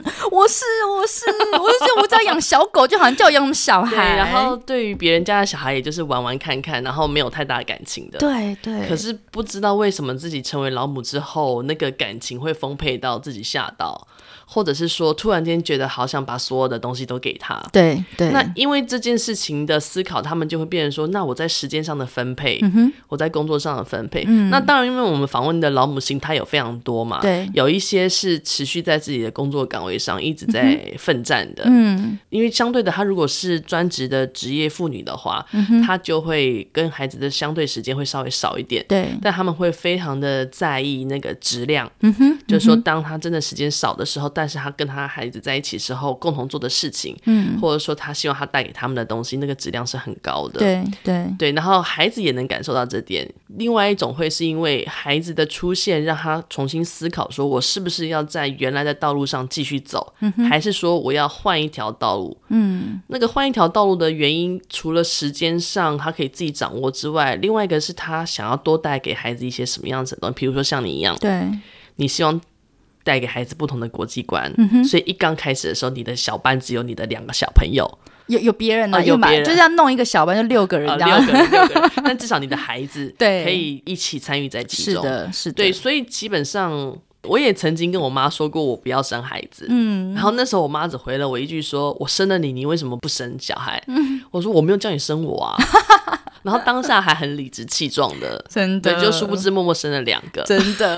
我是，我是觉得我只要养小狗，就好像叫我养小对，孩。然后，对于别人家的小孩，也就是玩玩看看，然后没有太大的感情的。对对，可是不知道为什么自己成为老母之后，那个感情会丰沛到自己吓到，或者是说突然间觉得好想把所有的东西都给他。对对，那因为这件事情的思考，他们就会变成说，那我在时间上的分配，嗯我在工作上的分配。那当然，因为我们访问的老母型，她有非常多嘛，对有一些是持续在自己的工作岗位上一直在奋战的，嗯，因为相对的，她如果是专职的职业妇女的话，她就会跟孩子的相对时间会稍微少一点。对，嗯但他们会非常的在意那个质量，嗯哼，就是说，当他真的时间少的时候，但是他跟他孩子在一起时候共同做的事情，嗯，或者说他希望他带给他们的东西，那个质量是很高的。对对，对，然后孩子也能感受到这点。另外一种会是因为孩子的出现，让他重新思考，说我是不是要在原来的道路上继续走，还是说我要换一条道路？嗯那个换一条道路的原因，除了时间上他可以自己掌握之外，另外一个是他想要多带给孩子一些什么样子的东西，比如说像你一样，对，你希望。带给孩子不同的国际观，所以一刚开始的时候，你的小班只有你的两个小朋友，有有别人的、啊有因为嘛别人就是要弄一个小班，就六个人啊，这六样。个人，六 *laughs* 个人，但至少你的孩子对可以一起参与在其是中。的，是的，对，所以基本上我也曾经跟我妈说过，我不要生孩子。嗯，然后那时候我妈只回了我一句说：“我生了你，你为什么不生小孩？”嗯我说：“我没有叫你生我 *laughs* 啊。”然后当下还很理直气壮的，真对的，，就殊不知默默生了两个，真 *laughs* 的。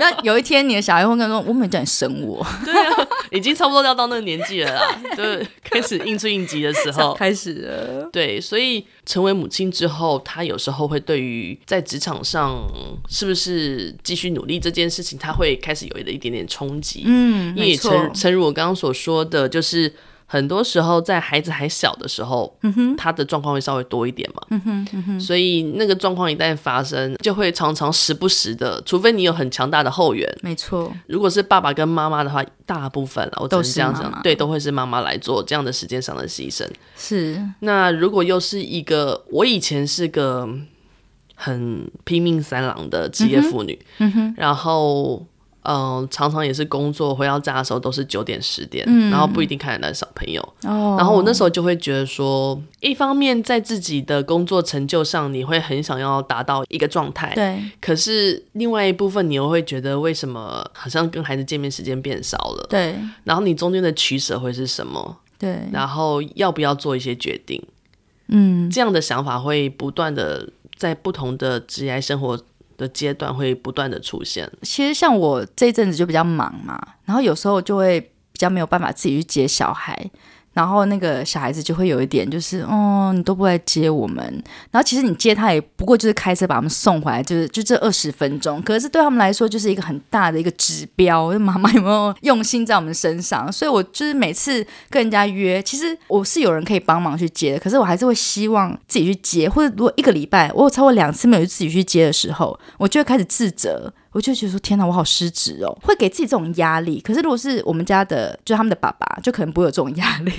那有一天你的小孩会跟你说：“我没有叫你生我。对啊，已经差不多要到那个年纪了啦，就是开始应出应急的时”候。开始了，对，所以成为母亲之后，她有时候会对于在职场上是不是继续努力这件事情，她会开始有了一点点冲击。嗯，因为没错，诚诚如我刚刚所说的，就是很多时候在孩子还小的时候，嗯他的状况会稍微多一点嘛，所以那个状况一旦发生，就会常常时不时的，除非你有很强大的后援。没错，如果是爸爸跟妈妈的话，大部分了，我只都能是这样妈讲，妈对，都会是妈妈来做这样的时间上的牺牲。是，那如果又是一个，我以前是个很拼命三郎的职业妇女，然后嗯、呃常常也是工作回到家的时候都是九点十点，然后不一定看得到小朋友，嗯哦，然后我那时候就会觉得说，一方面在自己的工作成就上，你会很想要达到一个状态，哦对可是另外一部分你又会觉得为什么好像跟孩子见面时间变少了，对然后你中间的取舍会是什么？对，然后要不要做一些决定？嗯，这样的想法会不断的在不同的职业生活的阶段会不断的出现。其实像我这一阵子就比较忙嘛，然后有时候就会比较没有办法自己去接小孩，然后那个小孩子就会有一点就是，哦，你都不来接我们，然后其实你接他也不过就是开车把他们送回来，就是就这二十分钟，可是对他们来说就是一个很大的一个指标，就妈妈有没有用心在我们身上，所以我就是每次跟人家约，其实我是有人可以帮忙去接的，可是我还是会希望自己去接，或者如果一个礼拜我有超过两次没有自己去接的时候，我就会开始自责，我就觉得说天哪，我好失职哦，会给自己这种压力。可是如果是我们家的，就他们的爸爸，就可能不会有这种压力。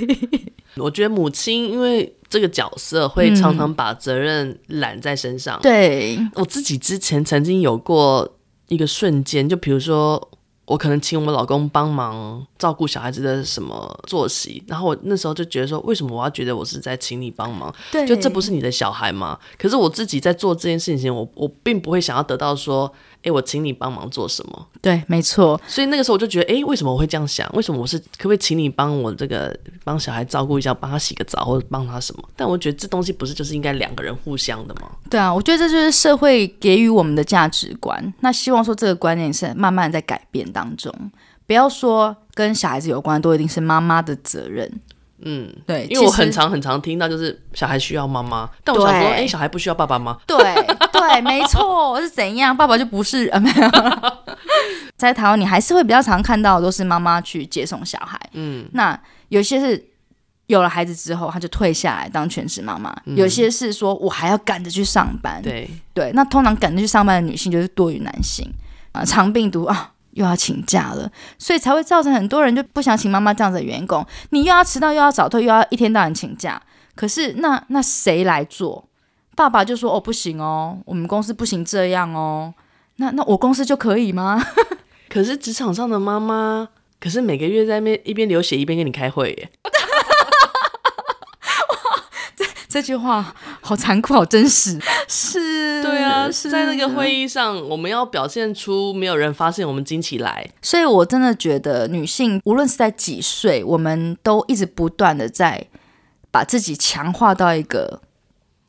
我觉得母亲因为这个角色会常常把责任揽在身哦上。对，我自己之前曾经有过一个瞬间，就比如说。我可能请我老公帮忙照顾小孩子的什么作息，然后我那时候就觉得说，为什么我要觉得我是在请你帮忙？对，就这不是你的小孩吗？可是我自己在做这件事情前，我我并不会想要得到说，诶，我请你帮忙做什么。对，没错，所以那个时候我就觉得，诶，为什么我会这样想？为什么我是可不可以请你帮我这个帮小孩照顾一下，帮他洗个澡或者帮他什么？但我觉得这东西不是就是应该两个人互相的吗？对啊，我觉得这就是社会给予我们的价值观。那希望说这个观念是慢慢在改变当中，不要说跟小孩子有关都一定是妈妈的责任。嗯，对，因为我其实很常很常听到就是小孩需要妈妈，但我想说，对诶，小孩不需要爸爸吗？对对，没错，是怎样？爸爸就不是啊，没有。在台湾，你还是会比较常看到都是妈妈去接送小孩。嗯，那有些是有了孩子之后，她就退下来当全职妈妈；有些是说我还要赶着去上班。对，对，那通常赶着去上班的女性就是多于男性啊、长病毒啊。又要请假了，所以才会造成很多人就不想请妈妈这样子的员工。你又要迟到，又要早退，又要一天到晚请假。可是那那谁来做？爸爸就说：“哦，不行哦，我们公司不行这样哦。那那我公司就可以吗？ *laughs* 可是职场上的妈妈，可是每个月在那边一边流血一边跟你开会耶。这句话好残酷，好真实。 *laughs* 是，对啊，是在那个会议上，我们要表现出没有人发现我们惊起来。所以我真的觉得女性无论是在几岁，我们都一直不断的在把自己强化到一个。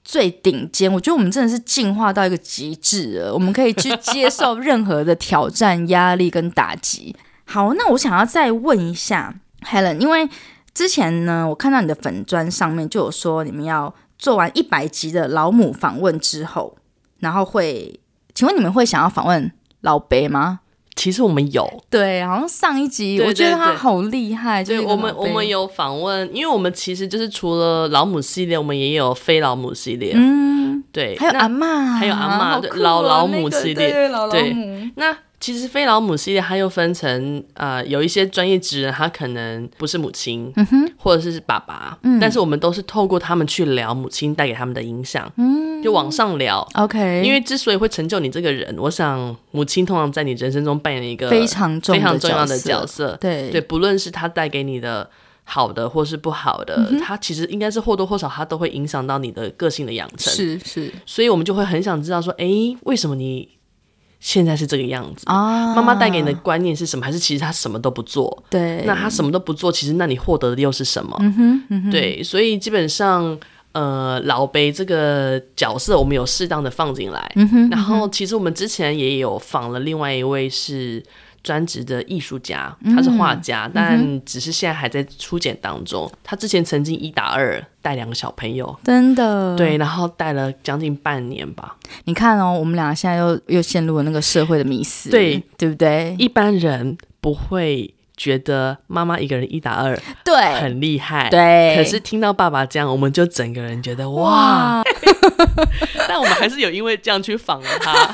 最顶尖，我觉得我们真的是进化到一个极致了。我们可以去接受任何的挑战、压力跟打击。 *laughs* 好，那我想要再问一下 Helen，因为之前呢，我看到你的粉砖上面就有说你们要做完一百集的老母访问之后，然后会，请问你们会想要访问老北吗？其实我们有，对，好像上一集对我觉对得他对好厉害，就对是一个我们老我贝们有访问，因为我们其实就是除了老母系列，我们也有非老母系列，嗯，对，还有那阿嬷，啊还有阿嬷好对酷老哦老那母个系对列对老老对母，那其实非老母系列，它又分成呃，有一些专业职人，他可能不是母亲，嗯哼，或者是爸爸，嗯但是我们都是透过他们去聊母亲带给他们的影响，嗯就往上聊。 ，OK，因为之所以会成就你这个人，我想母亲通常在你人生中扮演一个非常重呃非常重要的角角，色，对对，不论是她带给你的好的或是不好嗯的，它其实应该是或多或少它都会影响到你的个性的养成。是是所以我们就会很想知道说，诶，为什么你现在是这个样子？啊，妈妈带给你的观念是什么？还是其实她什么都不做？对，那她什么都不做，其实那你获得的又是什么？嗯哼嗯哼，对，所以基本上，呃，老杯这个角色我们有适当的放进来。嗯哼，然后，其实我们之前也有访了另外一位是专职的艺术家，他是嗯画家，但只是现在还在初检当中。他之前曾经一打二带两个小朋友，真的，对，然后带了将近半年吧。你看哦，我们俩现在又又陷入了那个社会的迷思，对对不对？一般人不会觉得妈妈一个人一打二对很厉害，。哎对，可是听到爸爸这样，我们就整个人觉得哇，， *laughs* 但我们还是有因为这样去访了他，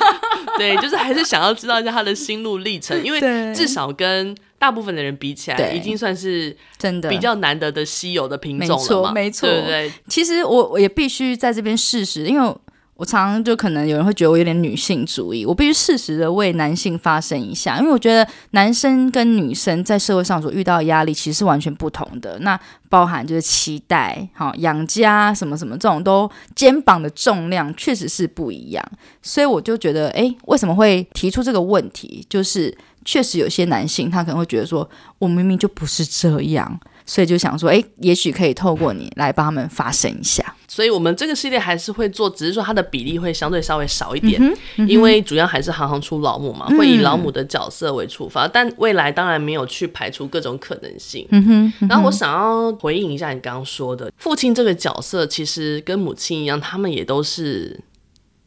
对，就是还是想要知道一下他的心路历程，因为对至少跟大部分的人比起来，对已经算是真的比。较难得的稀有的品种了嘛，没错对没错不对？其实我我也必须在这边事实，因为我常常就可能有人会觉得我有点女性主义，我必须适时的为男性发声一下，因为我觉得男生跟女生在社会上所遇到的压力其实是完全不同的。那包含就是期待、好养家什么什么这种都肩膀的重量确实是不一样，所以我就觉得，诶，为什么会提出这个问题？就是确实有些男性他可能会觉得说，我明明就不是这样，所以就想说，诶，也许可以透过你来帮他们发声一下。所以我们这个系列还是会做，只是说它的比例会相对稍微少一点，嗯因为主要还是行行出老母嘛，会以老母的角色为出发，但未来当然没有去排除各种可能性。嗯哼，然后我想要回应一下你刚刚说的，父亲这个角色其实跟母亲一样，他们也都是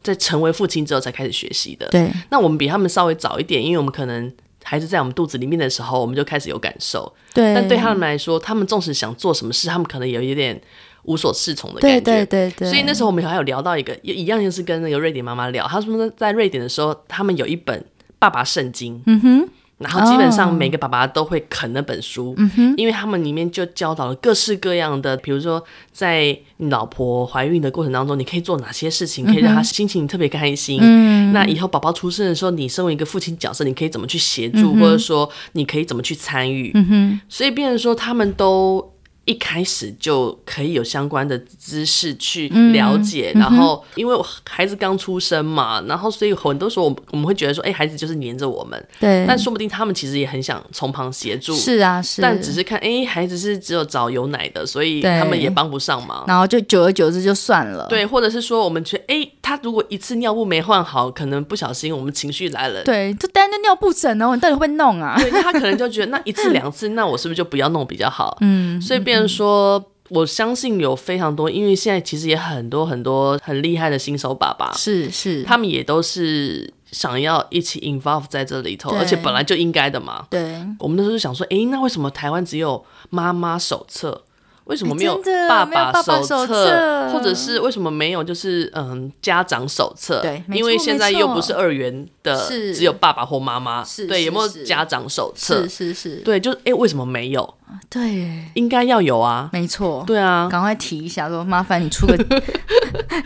在成为父亲之后才开始学习的。对，那我们比他们稍微早一点，因为我们可能孩子在我们肚子里面的时候，我们就开始有感受。对，但对他们来说，他们纵使想做什么事，他们可能有一点无所适从的感对觉。对对对，所以那时候我们还有聊到一个，也一样就是跟那个瑞典妈妈聊，她说在瑞典的时候，他们有一本爸爸圣经，嗯哼，然后基本上每个爸爸都会啃那本书，哦嗯哼，因为他们里面就教导了各式各样的，比如说在你老婆怀孕的过程当中，你可以做哪些事情可以让她心情特别开心，嗯，那以后宝宝出生的时候，你身为一个父亲角色，你可以怎么去协助，或者说你可以怎么去参与？嗯哼，所以变成说他们都一开始就可以有相关的知识去了解，然后因为我孩子刚出生嘛，然后所以很多时候我们我们会觉得说，哎、孩子就是黏着我们，对，但说不定他们其实也很想从旁协助。是啊是，但只是看，哎、孩子是只有找有奶的，所以对他们也帮不上忙。然后就久而久之就算了，对，或者是说我们觉得，哎、他如果一次尿布没换好，可能不小心我们情绪来了，对，就单就尿布疹哦，你到底会不会弄啊？对，那他可能就觉得那一次两次，那我是不是就不要弄比较 *laughs* 好？嗯，所以变成说，我相信有非常多，因为现在其实也很多很多很厉害的新手爸爸，是是，他们也都是想要一起 involve 在这里头，对而且本来就应该的嘛。对，我们那时候就想说，诶，那为什么台湾只有妈妈手册？为什么没有真的爸没有爸爸手手册或者是为什么没有就是嗯家长手册？对没错因为现在没错又不是二元的，是只有爸爸或妈妈。是对，是有没有是家长手册？是是是，对，就是哎、诶为什么没有？对耶，应该要有啊。没错，对啊，赶快提一下说，麻烦你 *laughs* 出个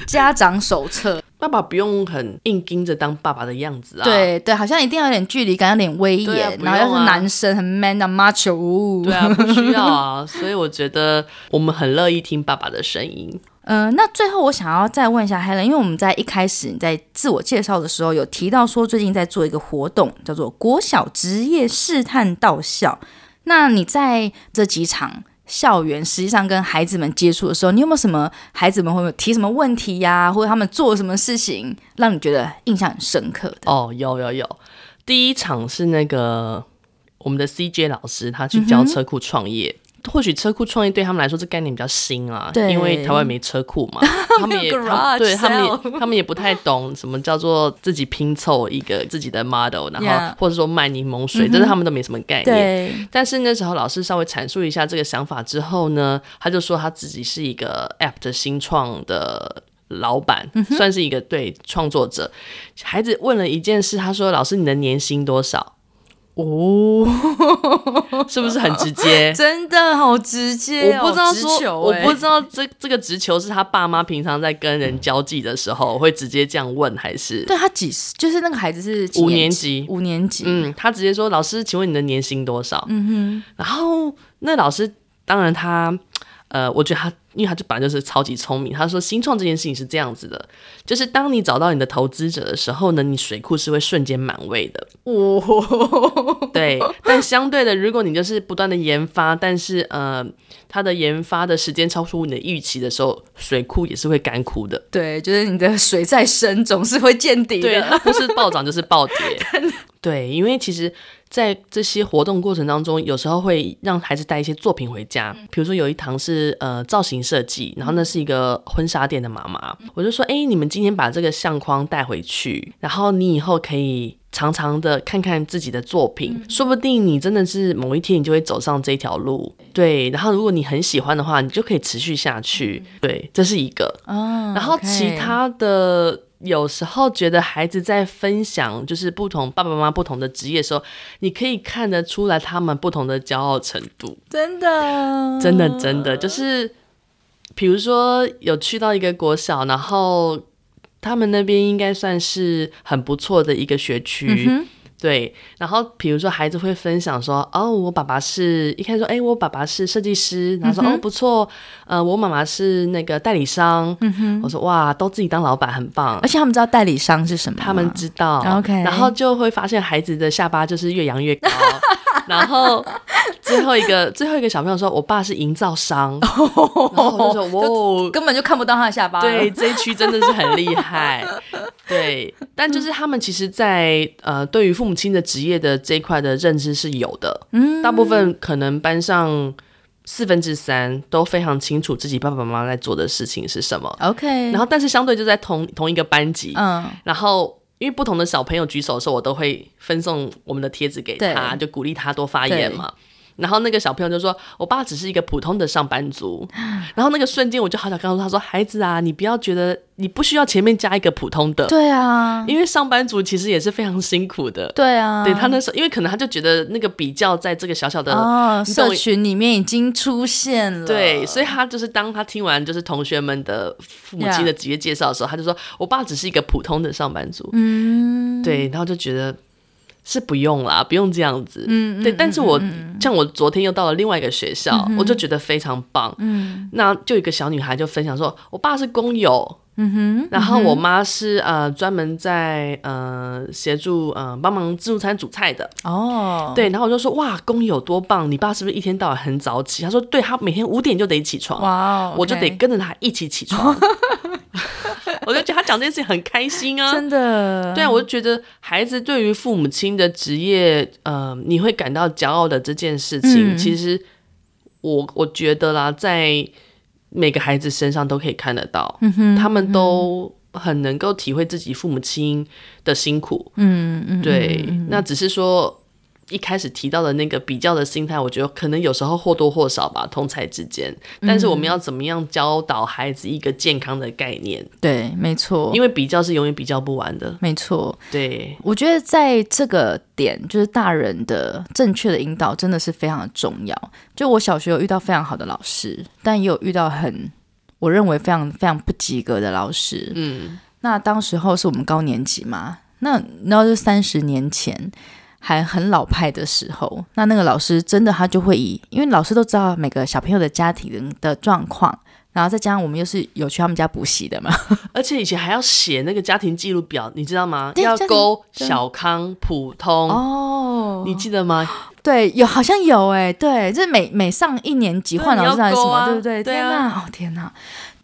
家长手册，爸爸不用很硬盯着当爸爸的样子啊。，对对，好像一定要有点距离感，有点威对啊严，不然后要用是啊男生很 man 的 macho，呜对啊，不需要啊。所以我觉得我们很乐意听爸爸的声音。嗯，那最后我想要再问一下 Helen，因为我们在一开始你在自我介绍的时候有提到说，最近在做一个活动，叫做国小职业试探到校。那你在这几场校园实际上跟孩子们接触的时候，你有没有什么孩子们会不会提什么问题呀、或者他们做什么事情让你觉得印象很深刻的？哦，有有有，嗯第一场是那个我们的 CJ 老师他去教车库创业。或许车库创业对他们来说这概念比较新啊，对因为台湾没车库 *laughs* 嘛，他们也他 garage 对他们 sale 也他们也不太懂什么叫做自己拼凑一个自己的 model，然后 Yeah 嗯或者说卖柠檬水，这是他们都没什么概念。对，？但是那时候老师稍微阐述一下这个想法之后呢，他就说他自己是一个 app 的新创的老板，算是一个对创作者。孩子问了一件事，他说：“老师，你的年薪多少？”哦， *laughs* 是不是很直接真的好直接哦，我不知道直说，球我欸不知道这这个直球是他爸妈平常在跟人交际的时候会直接这样问，还是对他几岁哦就是那个孩子是几五年年级，级？五年级，嗯，他直接说：“老师，请问你的年薪多少？”嗯哼，然后那老师当然他，呃，我觉得他，因为他就本来就是超级聪明，他说新创这件事情是这样子的，就是当你找到你的投资者的时候呢，你水库是会瞬间满位 *laughs* 的，哦，对。但相对的，如果你就是不断的研发，但是呃，它的研发的时间超出你的预期的时候，水库也是会干枯的。对，就是你的水再深，总是会见底对，的。它不是暴涨就是暴跌。对，因为其实，在这些活动过程当中，有时候会让孩子带一些作品回家。比如说有一堂是呃造型设计，然后那是一个婚纱店的妈妈，我就说，哎，你们今天把这个相框带回去，然后你以后可以。常常的看看自己的作品，说不定你真的是某一天你就会走上这条路。对，然后如果你很喜欢的话，你就可以持续下去。对，这是一个。嗯然后 OK 其他的有时候觉得孩子在分享就是不同爸爸妈妈不同的职业的时候，你可以看得出来他们不同的骄傲程度，真的真的真的就是，比如说有去到一个国小，然后他们那边应该算是很不错的一个学嗯区，对，然后比如说孩子会分享说，哦，我爸爸是一开始说，哎，我爸爸是设计师，然后说，哦，不错，呃，我妈妈是那个代理商，我说哇，都自己当老板很棒而，且他们知道代理商是什么吗，他们知道 OK 然后就会发现孩子的下巴就是越扬越高，然后最后一个最后一个小朋友说，我爸是营造商，然后我就说哇哦。根本就看不到他的下巴了。对，这一区真的是很厉害。对，但就是他们其实在，呃，对于父母亲的职业的这一块的认知是有的。嗯，大部分可能班上四分之三都非常清楚自己爸爸妈妈在做的事情是什么。 ，OK，然后，但是相对就在同同一个班级，嗯，然后因为不同的小朋友举手的时候，我都会分送我们的贴纸给他，对就鼓励他多发言嘛。然后那个小朋友就说：“我爸只是一个普通的上班 *laughs* 族。”然后那个瞬间，我就好想告诉他说：“孩子啊，你不要觉得你不需要前面加一个普通的，对啊，因为上班族其实也是非常辛苦的。对啊，对他那时候，因为可能他就觉得那个比较在这个小小的哦，你懂社群里面已经出现了，对，所以他就是当他听完就是同学们的父母亲的职业介绍的时候他就说：“我爸只是一个普通的上班族。”嗯，对，然后就觉得是不用啦，不用这样子。嗯，对。但是我、像我昨天又到了另外一个学校，我就觉得非常棒。嗯，那就有一个小女孩就分享说：“我爸是工友。”嗯哼，然后我妈是呃专门在呃协助呃帮忙自助餐煮菜的，哦，对，然后我就说哇工友多棒，你爸是不是一天到晚很早起？他说对，他每天五点就得起床。哇哦，我就得 OK 跟着他一起起床。 *laughs* 我就觉得他讲这件事情很开心啊。真的对啊，我就觉得孩子对于父母亲的职业，呃，你会感到骄傲的这件事情，嗯其实我我觉得啦，在每个孩子身上都可以看得到，嗯他们都很能够体会自己父母亲的辛苦。嗯嗯，对，那只是说一开始提到的那个比较的心态，我觉得可能有时候或多或少吧，同才之间。但是我们嗯要怎么样教导孩子一个健康的概念？对，没错，因为比较是永远比较不完的。没错，对，我觉得在这个点，就是大人的正确的引导真的是非常的重要。就我小学有遇到非常好的老师，但也有遇到很我认为非常非常不及格的老师。嗯，那当时候是我们高年级嘛，那你知道，就三十年前还很老派的时候，那那个老师真的他就会以，因为老师都知道每个小朋友的家庭的状况，然后再加上我们又是有去他们家补习的嘛，而且以前还要写那个家庭记录表，你知道吗？对要家庭勾对小康、普通， *laughs* 哦你记得吗？对，有好像有哎、对，就是每每上一年级对换老你师要还是什勾么，啊对不对？对天啊哪，哦天哪，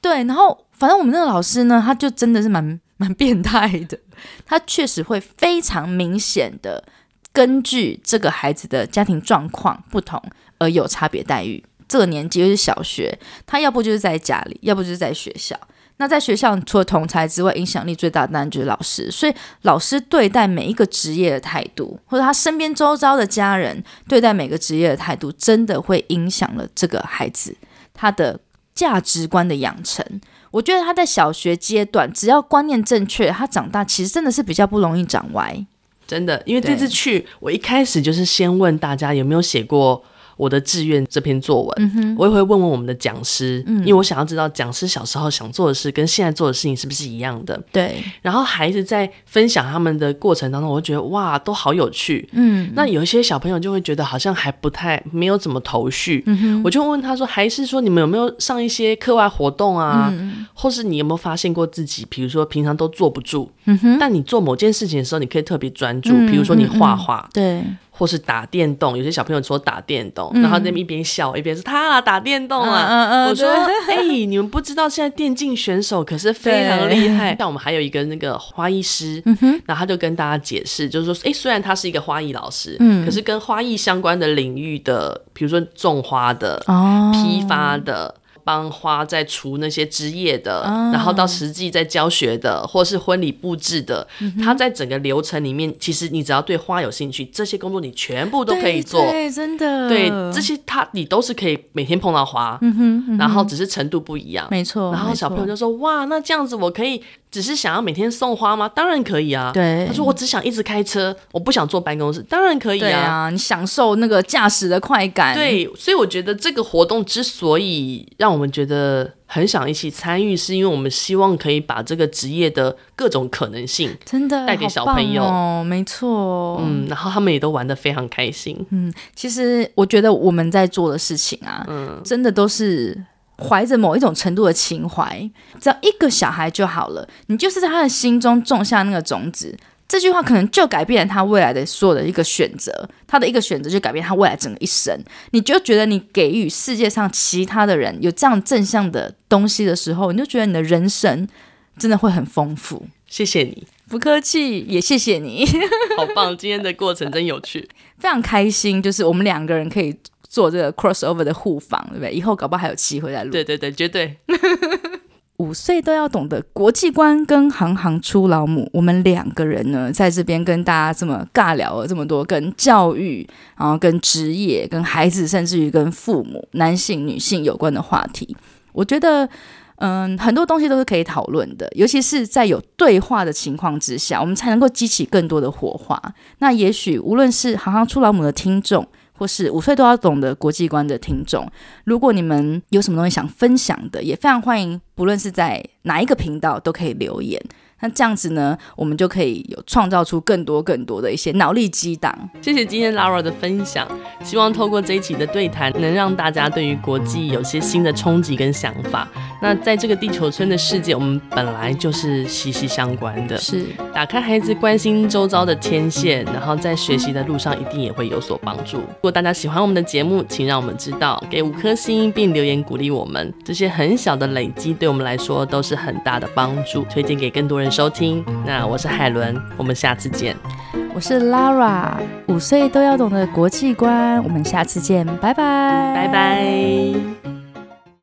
对。然后反正我们那个老师呢，他就真的是蛮蛮变态的， *laughs* 他确实会非常明显的根据这个孩子的家庭状况不同而有差别待遇。这个年纪，尤其是小学，他要不就是在家里，要不就是在学校。那在学校除了同才之外，影响力最大的当然就是老师。所以老师对待每一个职业的态度，或者他身边周遭的家人对待每个职业的态度，真的会影响了这个孩子他的价值观的养成。我觉得他在小学阶段，只要观念正确，他长大其实真的是比较不容易长歪。真的，因为这对次去，我一开始就是先问大家有没有写过我的志愿这篇作嗯文，我也会问问我们的讲师，因为我想要知道讲师小时候想做的事跟现在做的事情是不是一样的。对，然后孩子在分享他们的过程当中，我就觉得哇，都好有趣。嗯，那有一些小朋友就会觉得好像还不太没有怎么头绪，我就问他说，还是说你们有没有上一些课外活动啊，或是你有没有发现过自己，比如说平常都坐不住，但你做某件事情的时候，你可以特别专注，比如说你画画。对，或是打电动，有些小朋友说打电动，然后在那边一边笑一边说他啊打电动啊，嗯嗯 *laughs* 嗯我说哎、对你们不知道现在电竞选手可是非常厉害，像我们还有一个那个花艺师，嗯然后他就跟大家解释，就是说哎、虽然他是一个花艺老师，嗯可是跟花艺相关的领域的，比如说种花的、哦，批发的。帮花在除那些枝叶的，哦然后到实际在教学的，或是婚礼布置的，嗯他在整个流程里面，其实你只要对花有兴趣，这些工作你全部都可以做。对，嗯真的，嗯对，这些他你都是可以每天碰到花，然后只是程度不一样。没错。然后没小朋错友就说：“哇，那这样子我可以只是想要每天送花吗？当然可以啊。”对他说：“我只想一直开车，我不想坐办公室，当然可以对啊，哎你享受那个驾驶的快感，，对，所以我觉得这个活动之所以让我们觉得很想一起参与，是因为我们希望可以把这个职业的各种可能性，真的带给好小棒朋友哦，没错，嗯，嗯，然后他们也都玩得非常开心。其实我觉得我们在做的事情啊，真的都是。怀着某一种程度的情怀，只要一个小孩就好了，你就是在他的心中种下那个种子。这句话可能就改变了他未来的所有的一个选择，他的一个选择就改变他未来整个一生。你就觉得你给予世界上其他的人有这样正向的东西的时候，你就觉得你的人生真的会很丰富。谢谢你，不客气，也谢谢你。好棒！今天的过程真有 *laughs* 趣。非常开心，就是我们两个人可以做这个 crossover 的互访，对不对？以后搞不好还有机会再录。对对对，绝对。五岁都要懂得国际观跟行行出老母，我们两个人呢，在这边跟大家这么尬聊了这么多，跟教育，然后跟职业、跟孩子，甚至于跟父母、男性、女性有关的话题，我觉得。嗯，很多东西都是可以讨论的，尤其是在有对话的情况之下，我们才能够激起更多的火花。那也许无论是行行出老母的听众，或是五岁都要懂得国际观的听众，如果你们有什么东西想分享的，也非常欢迎，不论是在哪一个频道都可以留言。那这样子呢，我们就可以有创造出更多更多的一些脑力激荡。谢谢今天 Lara 的分享，希望透过这一期的对谈，能让大家对于国际有些新的冲击跟想法。那在这个地球村的世界，我们本来就是息息相关的。是，打开孩子关心周遭的天线，然后在学习的路上一定也会有所帮助。如果大家喜欢我们的节目，请让我们知道，给五颗星并留言鼓励我们。这些很小的累积，对我们来说都是很大的帮助。推荐给更多人收听。那我是海伦，我们下次见，我是 Lara，五岁都要懂得国际观。我们下次见，拜拜，拜拜。